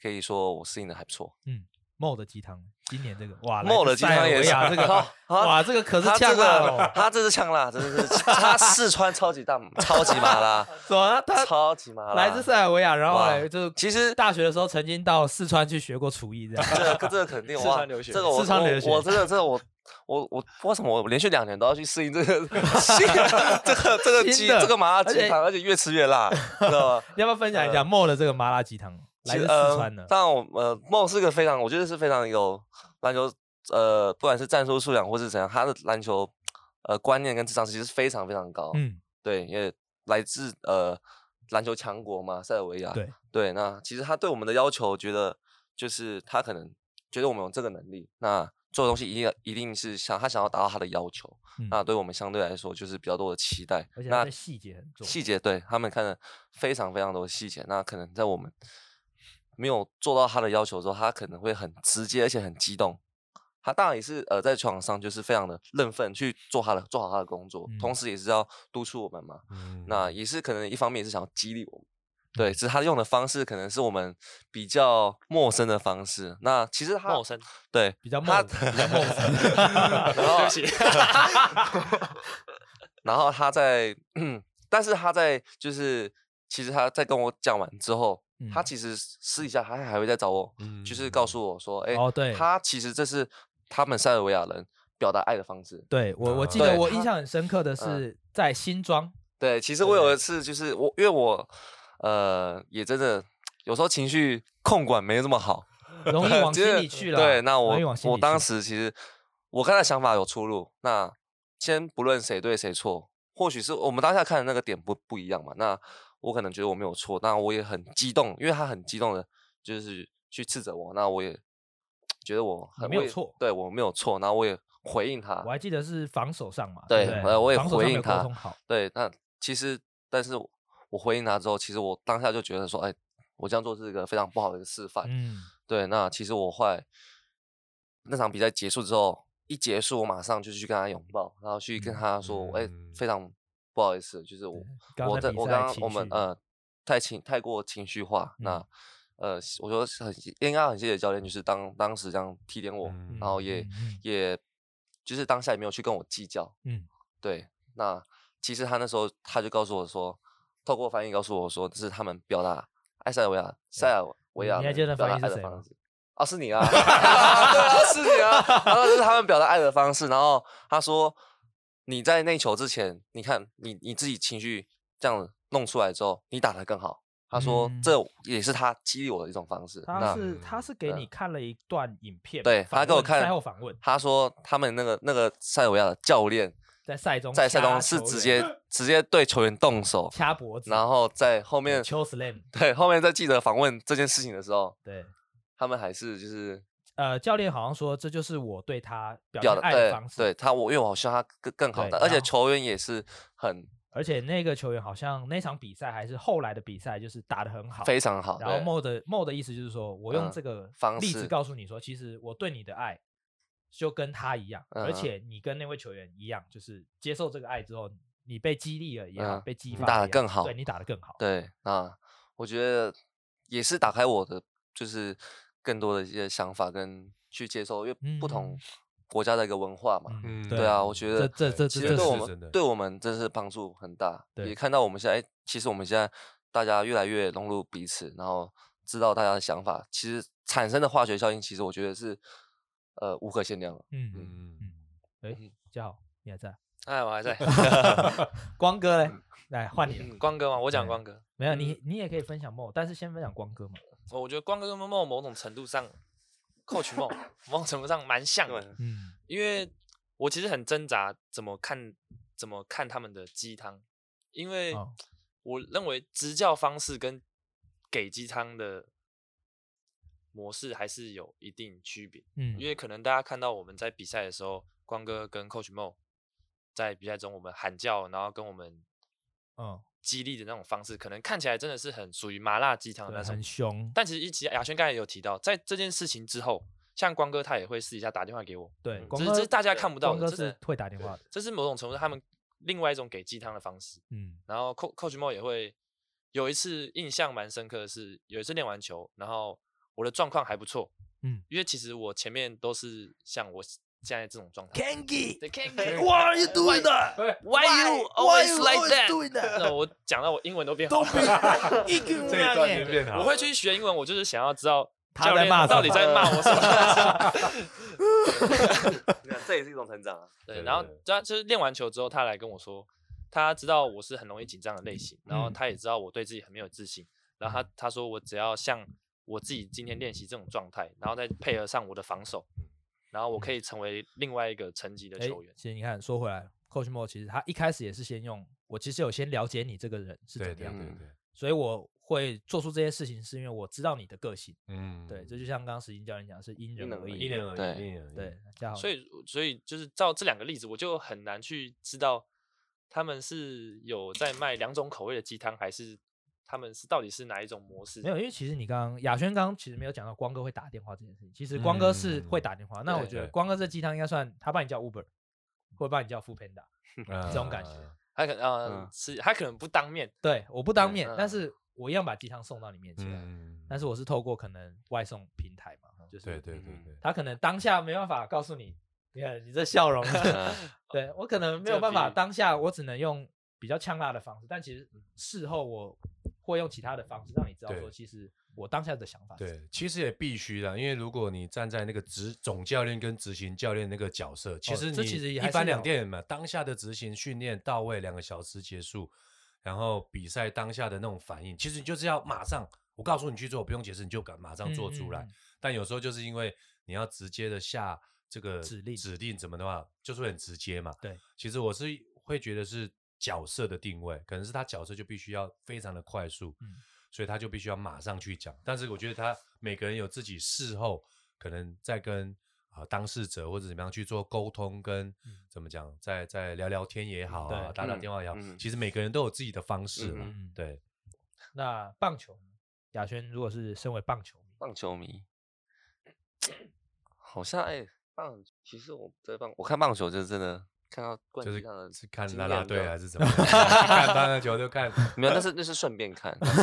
可以说我适应的还不错。嗯， Mo 的鸡汤，今年这个哇来 Mo 自的鸡塞汤尔也维是亚这个 啊啊哇，这个可是他呛这辣个哦，他这是呛辣，真的是他四川超级大，超级麻辣，什么 他超级麻辣。来自塞尔维亚，然后哇来就是其实大学的时候曾经到四川去学过厨艺，这这样个这个肯定四哇，川留学这个我四川留学我我真的这个我我我为什么我连续两年都要去适应这 个 新的这个这个新鸡的这个麻辣而鸡且汤，而且越吃越辣，知道吗？你 要不要分享一下 Mo 的这个麻辣鸡汤？来呃其自实四川的呃、，当然我呃梦是个非常，我觉得是非常有篮球呃，不管是战术素养或是怎样，他的篮球呃观念跟智商其实是非常非常高。嗯，对，也来自呃篮球强国嘛，塞尔维亚。对那其实他对我们的要求，觉得就是他可能觉得我们有这个能力，那做的东西一定要一定是想他想要达到他的要求，嗯那对我们相对来说就是比较多的期待。而且那他的细节很重，细节对他们看了非常非常多的细节，那可能在我们没有做到他的要求之后，他可能会很直接，而且很激动。他当然也是呃，在场上就是非常的认份去做他的做好他的工作，嗯同时也是要督促我们嘛。嗯那也是可能一方面也是想要激励我们，对，只是他用的方式可能是我们比较陌生的方式。那其实他茂生，对比较他 Mo，比较 Mo，然后啊对不起，然后他在， 但是他在就是，其实他在跟我讲完之后，他嗯其实私底下他还会再找我，就是告诉我说，哎、哦对他其实这是他们塞尔维亚人表达爱的方式。 对我我记对嗯得我他印象很深刻的是在新 庄，对，其实我有一次就是我，因为我呃也真的有时候情绪控管没有这么好，容易 往就心是里去了。对，那我容易往心我里当去时其实我跟他的想法有出入。那先不论谁对谁错，或许是我们当下看的那个点不不一样嘛。那我可能觉得我没有错，那我也很激动，因为他很激动的，就是去斥责我。那我也觉得我你很没有我也错对我没有错，然后我也回应他我。还记得是防守上嘛，对不对呃我也防守上回没有应他沟通好，对，那其实但是我我回应他之后，其实我当下就觉得说，哎，我这样做是一个非常不好的一个示范。嗯，对，那其实我后来那场比赛结束之后，一结束我马上就去跟他拥抱，然后去跟嗯他说，哎、嗯非常不好意思，就是我刚我才在比我赛刚刚情我们绪嗯呃太情太过情绪化，那呃我觉得是很应该很谢谢教练，就是当当时这样提点我，嗯然后哦也、嗯嗯也就是当下也没有去跟我计较，嗯，对，那其实他那时候他就告诉我说，透过翻译告诉我说，这是他们表达爱塞尔维亚塞尔维哎你亚你还人记得表翻达译爱是的谁吗方式。啊，是你啊， 对啊，是你啊。然后这是他们表达爱的方式。然后他说，你在内球之前，你看你你自己情绪这样弄出来之后，你打得更好。他说，嗯这也是他激励我的一种方式。他那是他是给嗯你看了一段影片嘛，对他访给我问看赛后访问，他说，他们那个那个塞尔维亚的教练在赛中在赛掐中是球直员接 直接对球员动手，掐脖子，然后在后对面球 slam，对后面在记者访问这件事情的时候，对。他们还是就是呃，教练好像说这就是我对他表表现达爱的对方式。对，他，我因为我希望他更更好对的，而然且后球员也是很而且那个球员好像那场比赛还是后来的比赛，就是打得很好。非常好。然后对 Mo 的 Mo 的意思就是说，我用嗯这个方例子式告诉你说，其实我对你的爱就跟他一样，而嗯且你跟那位球员一样，就是接受这个爱之后，你被激励了也好，嗯被激你发了打得也更对好你打得更好。对啊，我觉得也是打开我的就是更多的一些想法跟去接受，因为不同嗯国家的一个文化嘛。嗯，嗯对啊，我觉这得这这其这这实对我是真的们对我们真是帮助很大。对也看到我们现在，哎其实我们现在大家越来越融入彼此，然后知道大家的想法，其实产生的化学效应，其实我觉得是呃无可限量的。嗯嗯，嗯哎， 嘉豪你还在？ 哎，我还 在。光哥 嘞，来换你了，嗯光哥嘛，我讲对光哥，没有你你也可以分享 Mo，但是先分享光哥嘛。我我觉得光哥跟梦梦某种程度上，coach 梦某种程度上蛮 像的，嗯因为我其实很挣扎怎么看怎么看他们的鸡汤，因为哦我认为执教方式跟给鸡汤的模式还是有一定区别。嗯因为可能大家看到我们在比赛的时候，光哥跟 Coach Mo 在比赛中我们喊叫，然后跟我们嗯，激励的那种方式，可能看起来真的是很属于麻辣鸡汤的对那种很。凶，但其实一起雅轩刚才也有提到，在这件事情之后，像光哥他也会私底下打电话给我，对，嗯光只是这哥是大家看不到光的，哥这是是会打电话的，这是某种程度上他们另外一种给鸡汤的方式。嗯然后 Co Coach Mo 也会有一次印象蛮深刻的是，有一次练完球，然后我的状况还不错，嗯，因为其实我前面都是像我现在这种状态。 Kangi，对 Kangi What are you doing? that? Why Why you always you like always that？ doing that？ 那我讲到我英文都变 好都了 比一啊个这一段人就变好了。我会去学英文，我就是想要知道他教在练骂到什底么在骂我什么。你看这也是一种成长啊。对，对然后对他就是练完球之后，他来跟我说，他知道我是很容易紧张的类型，然后嗯他也知道我对自己很没有自信，然后他他说我只要像我自己今天练习这种状态，然后再配合上我的防守，然后我可以成为另外一个层级的哎球员，。其实你看，说回来，Coach Mo 其实他一开始也是先用我，其实有先了解你这个人是怎对啊么样对对的，嗯对，所以我会做出这些事情，是因为我知道你的个性。嗯，对，这就像刚刚石英教练讲，是因人人而而异。一年而对已，一年而已。对，加好。所以所以就是照这两个例子，我就很难去知道他们是有在卖两种口味的鸡汤，还是他们是到底是哪一种模式没。有，因为其实你刚刚亚轩刚刚其实没有讲到光哥会打电话这件事情。其实光哥是会嗯打电话，那我对觉得对光哥这鸡汤应该算他帮你叫 Uber，或者帮你叫 Food Panda。这种感觉他可能、呃嗯是他可能不当面，对，我不当对面，但嗯是我一样把鸡汤送到你面前啊。嗯，但是我是透过可能外送平台嘛，就是对对对嗯对，他可能当下没办法告诉你，你看你这笑容嗯对我可能没这有个办法，比喻当下我只能用比较呛辣的方式，但其实事后我会用其他的方式让你知道对说，其实我当下的想法是什么。对，其实也必须的，因为如果你站在那个执总教练跟执行教练那个角色，其哦实这你其实也一还是翻两有电嘛，当下的执行训练到位，两个小时结束，然后比赛当下的那种反应，其实你就是要马上，我告诉你去做，不用解释，你就敢马上做嗯出嗯来。嗯但有时候就是因为你要直接的下这个指令指令怎么的话，就是会很直接嘛。对，其实我是会觉得是角色的定位，可能是他角色就必须要非常的快速，嗯所以他就必须要马上去讲。但是我觉得他每个人有自己事后可能在跟啊、呃当事者或者怎么样去做沟通，跟、嗯怎么讲，在在聊聊天也好啊，对打打嗯电话也好，嗯其实每个人都有自己的方式嘛。嗯嗯，对。对，那棒球呢，亚轩如果是身为棒球迷，棒球迷，好像哎、棒，其实我对棒，我看棒球就是真的看到冠就是军上的是看经啦啦验比队较还是 怎么样，看棒球就看。没有，那是那是顺便看，那是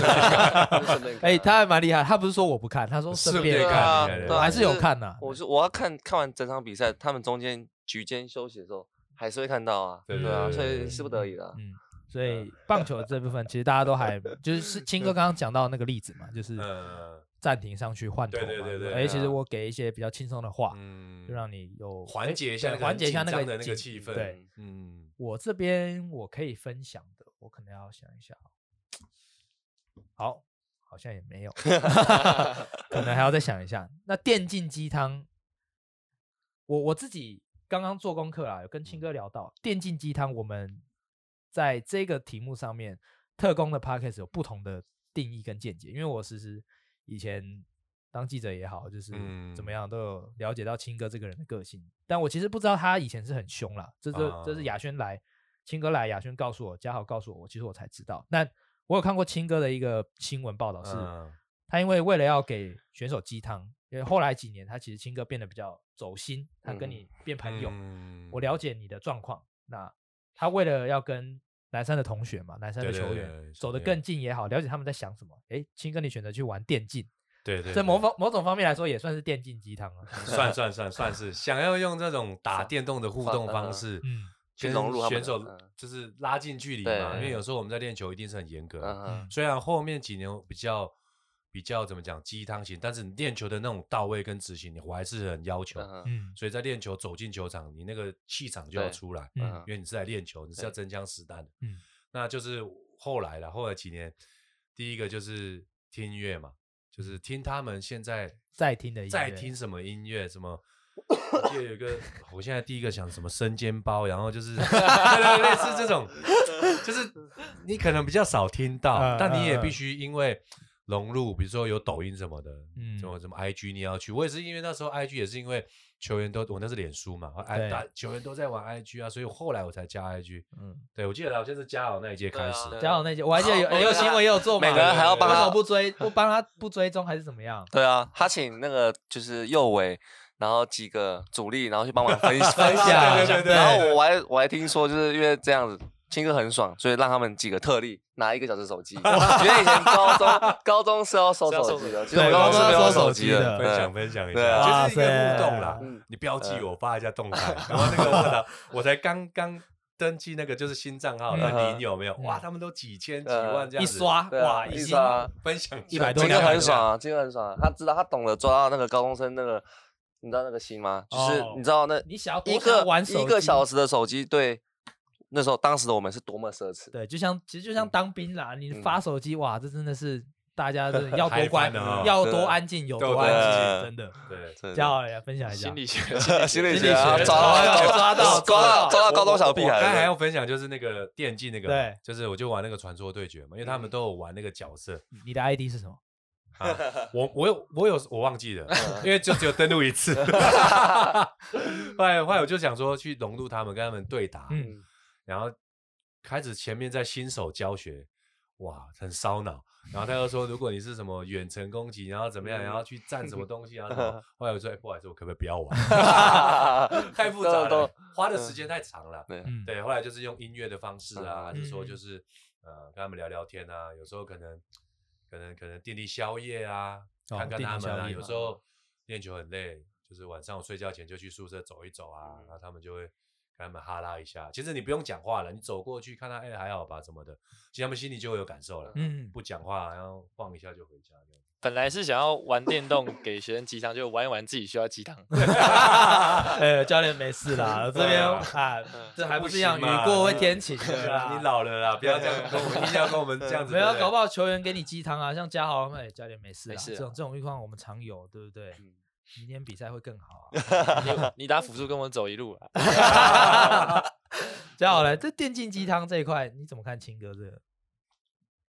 顺便看 哎，他还蛮厉害，他不是说我不看，他说顺顺啊便便看看，厉害厉我害还是 有看呐。我是我要看看完整场比赛，他们中间局间休息的时候，还是会看到啊，对啊，对所对以是不得已的啊。嗯，所以棒球这部分其实大家都还就是是青哥刚刚讲到那个例子嘛，就是嗯暂停上去换头对嘛。对对对哎，对其实啊我给一些比较轻松的话，嗯就让你有缓哎解一下对那个缓很解一下紧那张个的那个紧气氛对，嗯，我这边我可以分享的，我可能要想一下哦。好，好像也没有， 可能还要再想一下。那电竞鸡汤，我我自己刚刚做功课啊，有跟青哥聊到电竞鸡汤，我们在这个题目上面，特工的 podcast 有不同的定义跟见解，因为我其实以前。当记者也好，就是怎么嗯样都有了解到青哥这个人的个性，但我其实不知道他以前是很凶啦，这这这是啊亚轩来，青哥来，亚轩告诉我，嘉豪告诉我，其实我才知道。但我有看过青哥的一个新闻报道是，嗯他因为为了要给选手鸡汤，因为后来几年他其实青哥变得比较走心，他跟嗯你变朋友，嗯我了解你的状况。那他为了要跟南山的同学嘛，南山的对对球对员对走得对更近也好，了解他们在想什么。诶，青哥你选择去玩电竞，对对，在某对方某种方面来说也算是电竞鸡汤啊。算算算算是想要用这种打电动的互动方式，嗯去跟融入他们选的手嗯就是拉近距离嘛，对因为有时候我们在练球一定是很严格的，嗯虽然后面几年比较比较怎么讲鸡汤型，但是你练球的那种到位跟执行，我还是很要求。嗯嗯嗯所以在练球走进球场，你那个气场就要对出来，嗯因为你是来练球，你是要对真枪实弹的。嗯，那就是后来了，后来几年，第一个就是听音乐嘛，就是听他们现在在听的音乐在听什么音乐，什么。我记得有一个，我现在第一个想什么生煎包，然后就 是对对对类似这种，就是你可能比较少听到，嗯但你也嗯必嗯须因为融入，比如说有抖音什么的，嗯什么什么 IG 你要去，我也是因为那时候 IG 也是因为球员都我那是脸书嘛，哎对打球员都在玩 IG 啊，所以后来我才加 IG。嗯。对，我记得好像是嘉豪那一届对开啊始，对嘉豪那些，我还记得有好有每个新闻也有做嘛，每个人还要帮为什他么不追不帮他不追踪还是怎么样？对啊，他请那个就是右尾，然后几个主力，然后去帮忙分分享对对对对然后我还我还听说，就是因为这样子，青哥很爽，所以让他们几个特例拿一个小时手机。因为以前高中高中是要收是要手收机手的，机其实我对们高中是高中没有要收手手机机的的，分对享分享一对下，啊就是一个互动啦哇。塞你标记嗯我发一下 动态，然后那个我的我才刚刚登记那个就是新账号，嗯那您有没有？哇，嗯他们都几千几啊嗯万这样一子刷对啊哇，已一经刷分享一百多金两哥百很多爽啊，金哥很爽啊，他知道他懂得抓到那个高中生那个，你知道那个心吗？就是哦你知道那你想要多一想要个玩手一个机小时的手机，对，那时候当时的我们是多么奢侈。对，就像其实就像当兵啦，你嗯发手机哇，这真的是大家 真的要多嗨乖翻了哦，要对多安静有对多对安对静，真的。对，真的，嘉豪也分享一下心，理学心理理学啊，学抓抓到到抓到抓抓到抓到我高中小屁我孩我刚才还了，要分享就是那个电竞那个，对，就是我就玩那个传说对决嘛，因为他们嗯都有玩那个角色，你的 ID 是什么？我我有我有我忘记了，因为就只有登录一 次。后来后来我就想说去融入他们，跟他们对打，嗯然后开始前面在新手教学，哇，很烧脑。然后他又说，如果你是什么远程攻击，然后怎么样，然后去占什么东西啊什 么。后来我说，哎，不好意思，我可不可以不要玩？ 太复杂嗯都嗯了，花的时间太长了。对嗯，对，后来就是用音乐的方式啊，嗯还是说就嗯是呃跟他们聊聊天啊，有时候可能可能可能电力宵夜啊，哦看看电他力们宵啊，夜有时嘛哦候练球很累，就是晚上我睡觉前就去宿舍走一走啊，嗯然后他们就会。跟他们哈拉一下，其实你不用讲话了，你走过去看他，哎、还好吧什么的，其实他们心里就会有感受了。嗯 不讲话，然后晃一下就回家这样。本来是想要玩电动给学生鸡汤，就玩一玩自己需要鸡汤。呃，教练没事 啦，这边啊，这还不是一样，雨不行嘛过会天晴 对的啊，啦。你老了啦，不要这样跟我们，一定要跟我们这样子。 没有，搞不好好球员给你鸡汤啊，像嘉豪，哎，教练没事没啦，事这啊种这种情况我们常有，对不对嗯？明天比赛会更好啊。 你你打辅助跟我走一路啊，嘉豪来，这电竞鸡汤这一块你怎么看？青哥这个，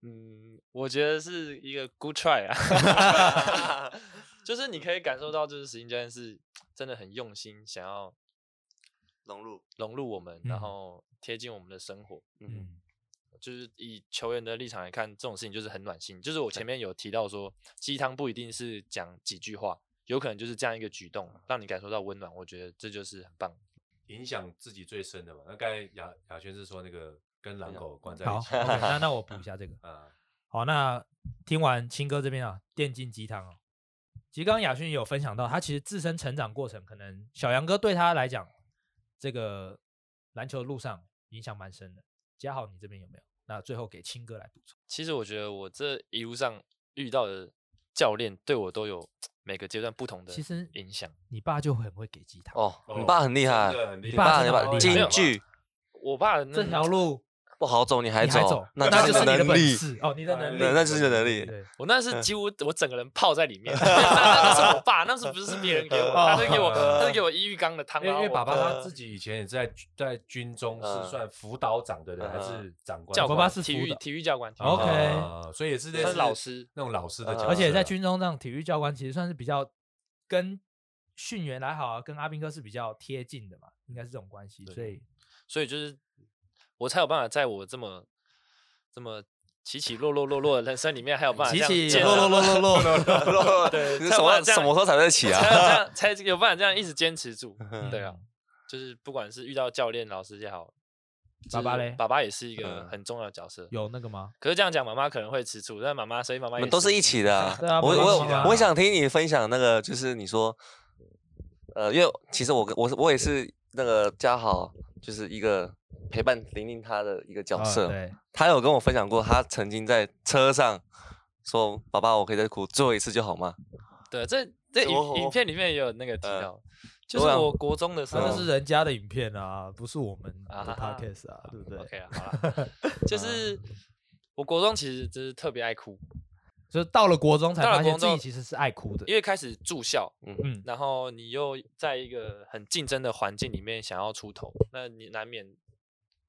嗯，我觉得是一个 good try 啊， 就是你可以感受到，就是石英教练是真的很用心，想要融入，融入我们，嗯然后贴近我们的生活。嗯，嗯就是以球员的立场来看，这种事情就是很暖心。就是我前面有提到说，鸡汤不一定是讲几句话，有可能就是这样一个举动，让你感受到温暖。我觉得这就是很棒。影响自己最深的嘛。那刚才雅雅轩是说那个跟啊狼狗嗯关在好 一起， ，OK，那那我补一下这个。 嗯啊，好，那听完青哥这边啊，电竞鸡汤哦，其实刚刚亚轩也有分享到，他其实自身成长过程，可能小杨哥对他来讲，这个篮球路上影响蛮深的。嘉豪，你这边有没有？那最后给青哥来补充。其实我觉得我这一路上遇到的教练对我都有每个阶段不同的其实影响。你爸就很会给鸡汤，哦，你爸很厉害真，的很厉你害，爸你真的爸好厉害京剧我爸那这条，路不好走，你还你还走，那那就是你你的能本力，事哦，你的能力，对那就是你的能力。对，我那嗯是几乎我整个人泡在里 面， 那那是我爸，那是不是别人给我的？他是给我，哦 他是给我一浴缸的汤，因为因为爸爸他他自己以前也在在军中嗯是算辅导长的人还嗯是长官？教爸官爸是体辅育导体育教官体育教 OK 官啊所以也是类他似是老师，那种老师的嗯角色啊，而且在军中这样体育教官其实算是比较跟训员来好啊，跟阿兵哥是比较贴近的嘛，应该是这种关系，所以所以就是我才有办法在我这么这么起起落落落落的人生里面，还有办法这样建落设落落落落，对你才什有么办法这样什么时候才会起才有这啊？样才 有办法这样一直坚持住。对啊嗯，就是不管是遇到教练、老师也好，就爸爸是嘞爸爸也是一个嗯很重要的角色。有那个吗？可是这样讲，妈妈可能会吃醋，但妈妈，所以妈妈我也们都是一起的啊对啊。我不是我一起的啊我很想听你分享那个，就是你说，呃，因为其实我跟我是我也是那个嘉豪，就是一个陪伴玲玲她的一个角啊色。对，他有跟我分享过，他曾经在车上说：“爸爸，我可以再哭最后一次就好吗对，这这怎么影影片里面也有那个提呃到，就对是啊嗯我国中的时他候那是人家的影片啊，不是我们的啊 podcast 啊，对不嗯对？ OK 啊，好了，就是我国中其实就是特别爱哭，就是到了国中才到了发现国自中己其实是爱哭的，因为开始住校，？”嗯，嗯，然后你又在一个很竞争的环境里面想要出头，那你难免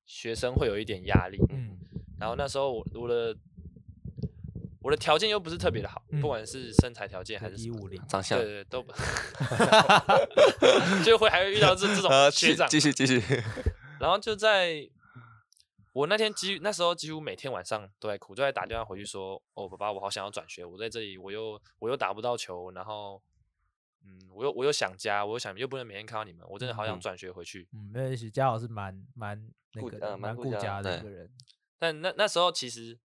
学生会有一点压力。嗯然后那时候我我的我的条件又不是特别的好，嗯不管是身材条件还是什一么五零，长相对，对都不，就会还会遇到这这种学啊继长，继续继续，然后就在我那天几那时候几乎每天晚上都在哭，都在打电话回去说：“哦，爸爸，我好想要转学，我在这里我又我又打不到球，然后嗯，我又我又想家，我又想又不能每天看到你们，我真的好想嗯转学回去。嗯，没有，其实嘉豪是蛮蛮那顾个的呃蛮蛮顾顾家家的一对个人，但那那时候其实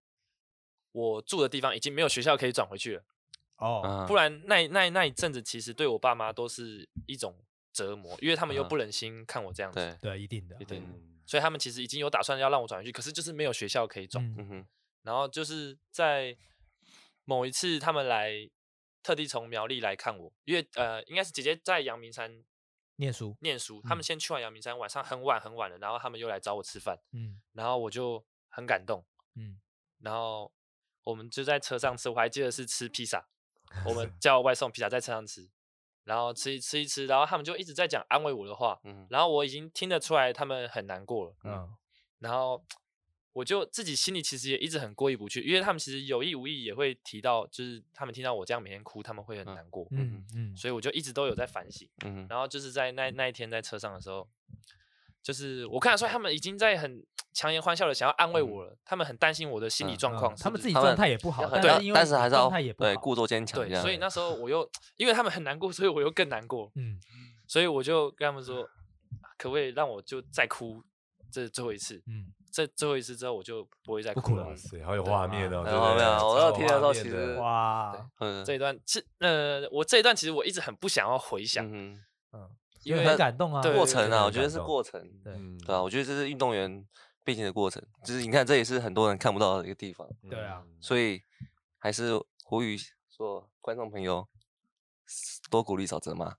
我住的地方已经没有学校可以转回去了，哦，嗯不然那那那一阵子其实对我爸妈都是一种折磨，因为他们又嗯不忍心看我这样子，对，对，一定的，一定的嗯所以他们其实已经有打算要让我转回去，可是就是没有学校可以转。嗯嗯哼，然后就是在某一次他们来特地从苗栗来看我，因为呃应该是姐姐在阳明山念书，念书，他们嗯先去完阳明山，晚上很晚很晚了，然后他们又来找我吃饭，嗯然后我就很感动，嗯，然后我们就在车上吃，我还记得是吃 披萨，我们叫外送披萨在车上吃，然后吃一吃一吃，然后他们就一直在讲安慰我的话，嗯然后我已经听得出来他们很难过了，嗯然后我就自己心里其实也一直很过意不去，因为他们其实有意无意也会提到，就是他们听到我这样每天哭，他们会很嗯难过，嗯嗯，所以我就一直都有在反省。嗯哼，然后就是在那那一天在车上的时候，就是我看得出来他们已经在很强颜欢笑的想要安慰我了，他们很担心我的心理嗯状况嗯是他不们是自己他状们态也不好，要但很是大因为但是还是要状态也不对好故作坚强这对，样，所以那时候我又因为他们很难过，所以我又更难过，嗯所以我就跟他们说，啊可不可以让我就再哭这最后一次，嗯，这最后一次之后我就不会再不哭哭了了哇。塞，好有画面哦！很对有不画对面啊超我有那听的时画候面其的实哇，嗯这一段是呃，我这一段其实我一直很不想要回想，嗯嗯，因为为很感动啊，对过对程真的啊，很我觉得感是动过程，对嗯对啊，我觉得这是运动员必经的过程，就是你看这也是很多人看不到的一个地方，对啊，嗯所以还是呼吁说观众朋友多鼓励小泽嘛，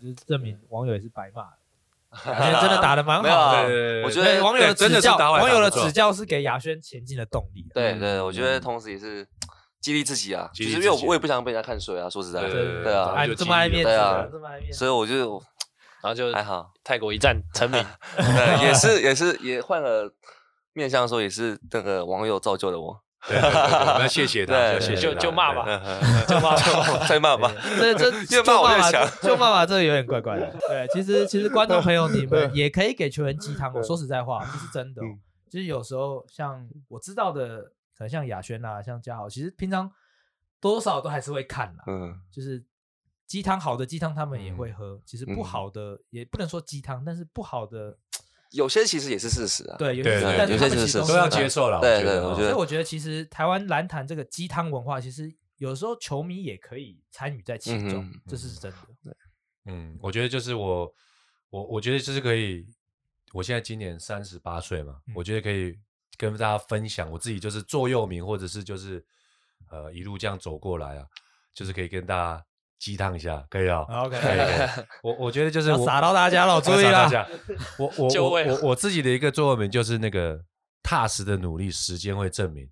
就是证明网友也是白骂的，雅轩真的打的蛮好没有啊对的，对对，我对觉对得网友的真指的是教，打完网友打的不错指教是给雅轩前进的动力啊。对嗯对，我觉得嗯同时也是激励自己啊，激其励实因自为我己我也不想被人家看衰啊，说实在对的，对对啊哎，就这记么爱忆了面子的，对啊这么爱面子所以我就然后就还好，泰国一战成名，对，也是也是也换了面向说也是那个网友造就了我，对对对对那谢谢他， 对要谢对谢就他就骂对吧 就骂吧，再骂吧，这这 越骂我越这想就骂吧，这个有点怪怪 的。对，其实其实观众朋友你们也可以给球员鸡汤哦。说实在话，嗯这是真的哦、就是有时候像我知道的，可能像雅轩啊，像嘉豪，其实平常多多少少都还是会看啦。嗯就是鸡汤好的鸡汤他们也嗯会喝，其实不嗯好的也不能说鸡汤，但是不好的有些其实也是事实啊，对有对些对但是有他些们就其实是都要是接受了。对对哦我觉所以得我觉得，其实台湾篮坛这个鸡汤文化，其实有时候球迷也可以参与在其中，嗯哼这是真的。嗯，我觉得就是我，我我觉得就是可以，我现在今年三十八岁嘛，嗯我觉得可以跟大家分享我自己就是座右铭，或者是就是呃一路这样走过来啊，就是可以跟大家鸡汤一下，可以啊、 OK 可以 可以我我觉得就是要我撒到大家了，注意我啦要撒大。家我 我就我位啊我我自己的一个座右铭就是那个踏实的努力，时间会证明。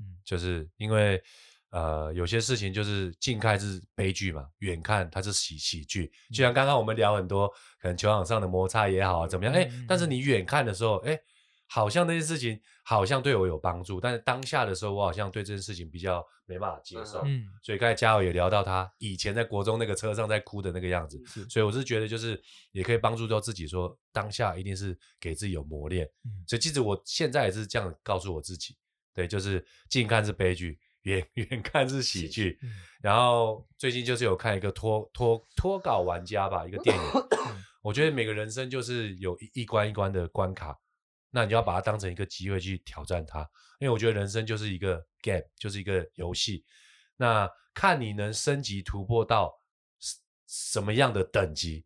嗯就是因为呃，有些事情就是近看是悲剧嘛，远看它是喜喜剧。嗯就像刚刚我们聊很多，可能球场上的摩擦也好啊，怎么样？哎、嗯嗯但是嗯你远看的时候，哎，好像那件事情好像对我有帮助，但是当下的时候，我好像对这件事情比较没办法接受。嗯，所以刚才嘉豪也聊到他以前在国中那个车上在哭的那个样子，是所以我是觉得就是也可以帮助到自己说，当下一定是给自己有磨练。嗯所以其实我现在也是这样告诉我自己，对，就是近看是悲剧，远 远看是喜剧。嗯然后最近就是有看一个脱脱脱稿玩家吧，一个电影 嗯，我觉得每个人生就是有一一关一关的关卡，那你就要把它当成一个机会去挑战它，因为我觉得人生就是一个 game，就是一个游戏，那看你能升级突破到什什么样的等级，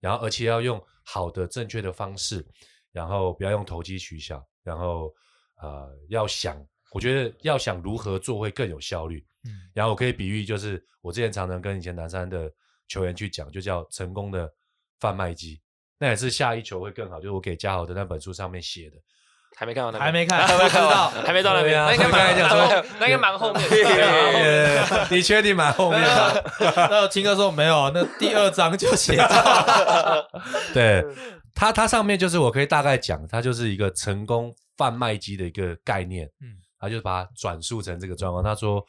然后而且要用好的正确的方式，然后不要用投机取巧，然后呃要想，我觉得要想如何做会更有效率。嗯然后我可以比喻，就是我之前常常跟以前南山的球员去讲，就叫成功的贩卖机。那也是下一球会更好，就是我给嘉豪的那本书上面写的。还没看到那边，还没看，还不没知看道到，。还 没到那对边，啊那应该他蛮们刚才讲 那应该蛮后面的，啊呃 你确定蛮后面的？ 那青哥说没有，那第二章就写到 对它，它上面就是我可以大概讲，它就是一个成功贩卖机的一个概念。嗯嗯，他就把它转述成这个状况。他说，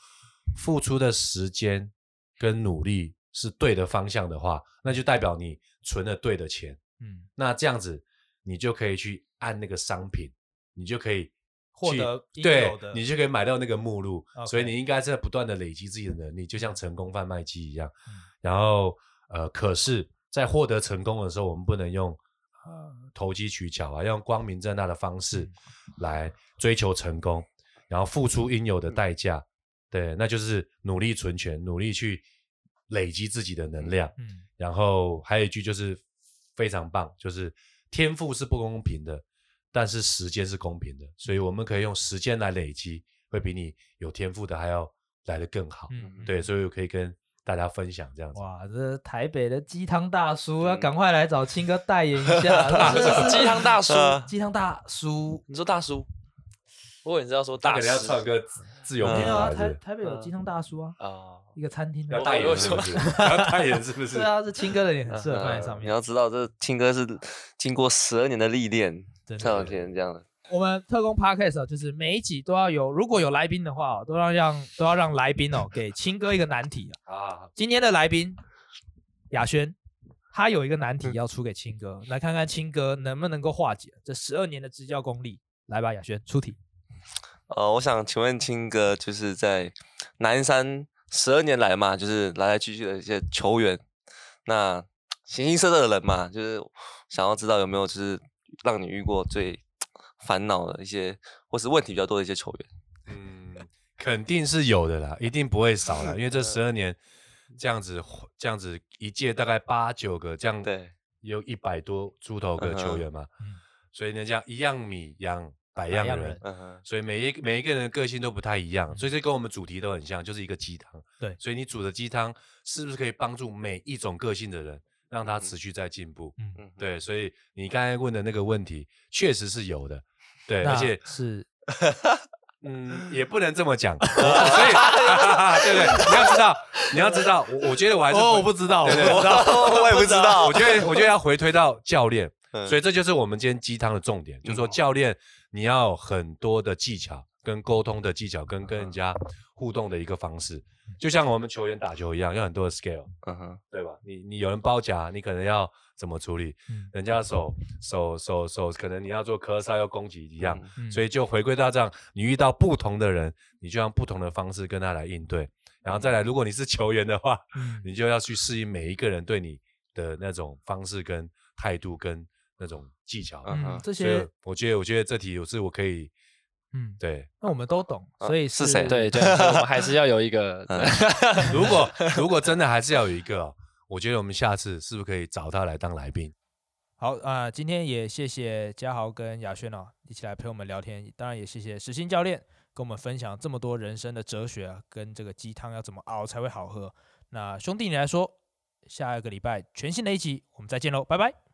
付出的时间跟努力是对的方向的话，那就代表你存了对的钱。 嗯那这样子，你就可以去按那个商品，你就可以获去得应对有的你就可以买到那个目录。所以 OK 你应该是在不断的累积自己的能力，就像成功贩卖机一样。嗯然后呃，可是，在获得成功的时候，我们不能用呃投机取巧啊，要用光明正大的方嗯式来追求成功，然后付出应有的代价。嗯对，那就是努力存钱，努力去累积自己的能量。嗯然后还有一句就是非常棒，就是天赋是不公平的，但是时间是公平的，所以我们可以用时间来累积，会比你有天赋的还要来得更好。嗯，对，所以我可以跟大家分享这样子。哇，这台北的鸡汤大叔要嗯赶快来找青哥代言一下， 真的是鸡汤大叔呃鸡汤大叔。你说大叔，不过你知道说他大可师能要创个自自由嗯品没有啊，牌，台是台北有鸡汤大叔啊，啊，一个餐厅不的是要我代我言是不是？要代言是不是对？啊，这青哥的脸很嗯适合放在嗯上你面要。知道，这青哥是经过十二年的历练真的才有今天这样的。我们特工 podcast 啊，就是每一集都要有，如果有来宾的话哦、都要让都要让来宾哦给青哥一个难题啊。啊，今天的来宾雅轩，他有一个难题要出给青哥，来看看青哥能不能够化解这十二年的支教功力。来吧，雅轩出题。呃，我想请问青哥，就是在南山十二年来嘛，就是来来去去的一些球员，那形形色色的人嘛，就是想要知道有没有就是让你遇过最烦恼的一些，或是问题比较多的一些球员。嗯，肯定是有的啦，一定不会少啦，因为这十二年这样子，这样子一届大概八九个，这样对，有一百多出头个嗯球哼员嘛，嗯所以呢，这样一样米养百样样人，人嗯哼，所以每一个每一个人的个性都不太一样，所以这跟我们主题都很像，就是一个鸡汤。对所以你煮的鸡汤是不是可以帮助每一种个性的人，让他持续在进步？嗯哼，对，所以你刚才问的那个问题，确实是有的。对，而那且是嗯，也不能这么讲，我所以 对不对？你要知道，你要知道，我我觉得我还是回知道对对对我也不知道我，觉得，我觉得要回推到教练，嗯所以这就是我们今天鸡汤的重点，就是说教练你要有很多的技巧、跟沟通的技巧、跟跟人家互动的一个方式，就像我们球员打球一样，要很多的 scale，嗯哼，对吧？你你有人包夹，你可能要怎么处理？嗯人家的手手手手，可能你要做咳嗽要攻击一样，嗯所以就回归到这样，你遇到不同的人，你就用不同的方式跟他来应对，然后再来，如果你是球员的话。嗯你就要去适应每一个人对你的那种方式、跟态度、跟那种技巧。嗯嗯哼这啊所以些我觉得，我觉得这题我是我可以嗯，对。那我们都懂，啊所以是谁对对，所以我们还是要有一 个嗯如果如果真的还是要有一个哦、我觉得我们下次是不是可以找他来当来宾？好啊、呃今天也谢谢嘉豪跟雅轩哦，一起来陪我们聊天。当然也谢谢石鑫教练跟我们分享这么多人生的哲学、啊，跟这个鸡汤要怎么熬才会好喝。那兄弟你来说，下一个礼拜全新的一集，我们再见喽，拜拜。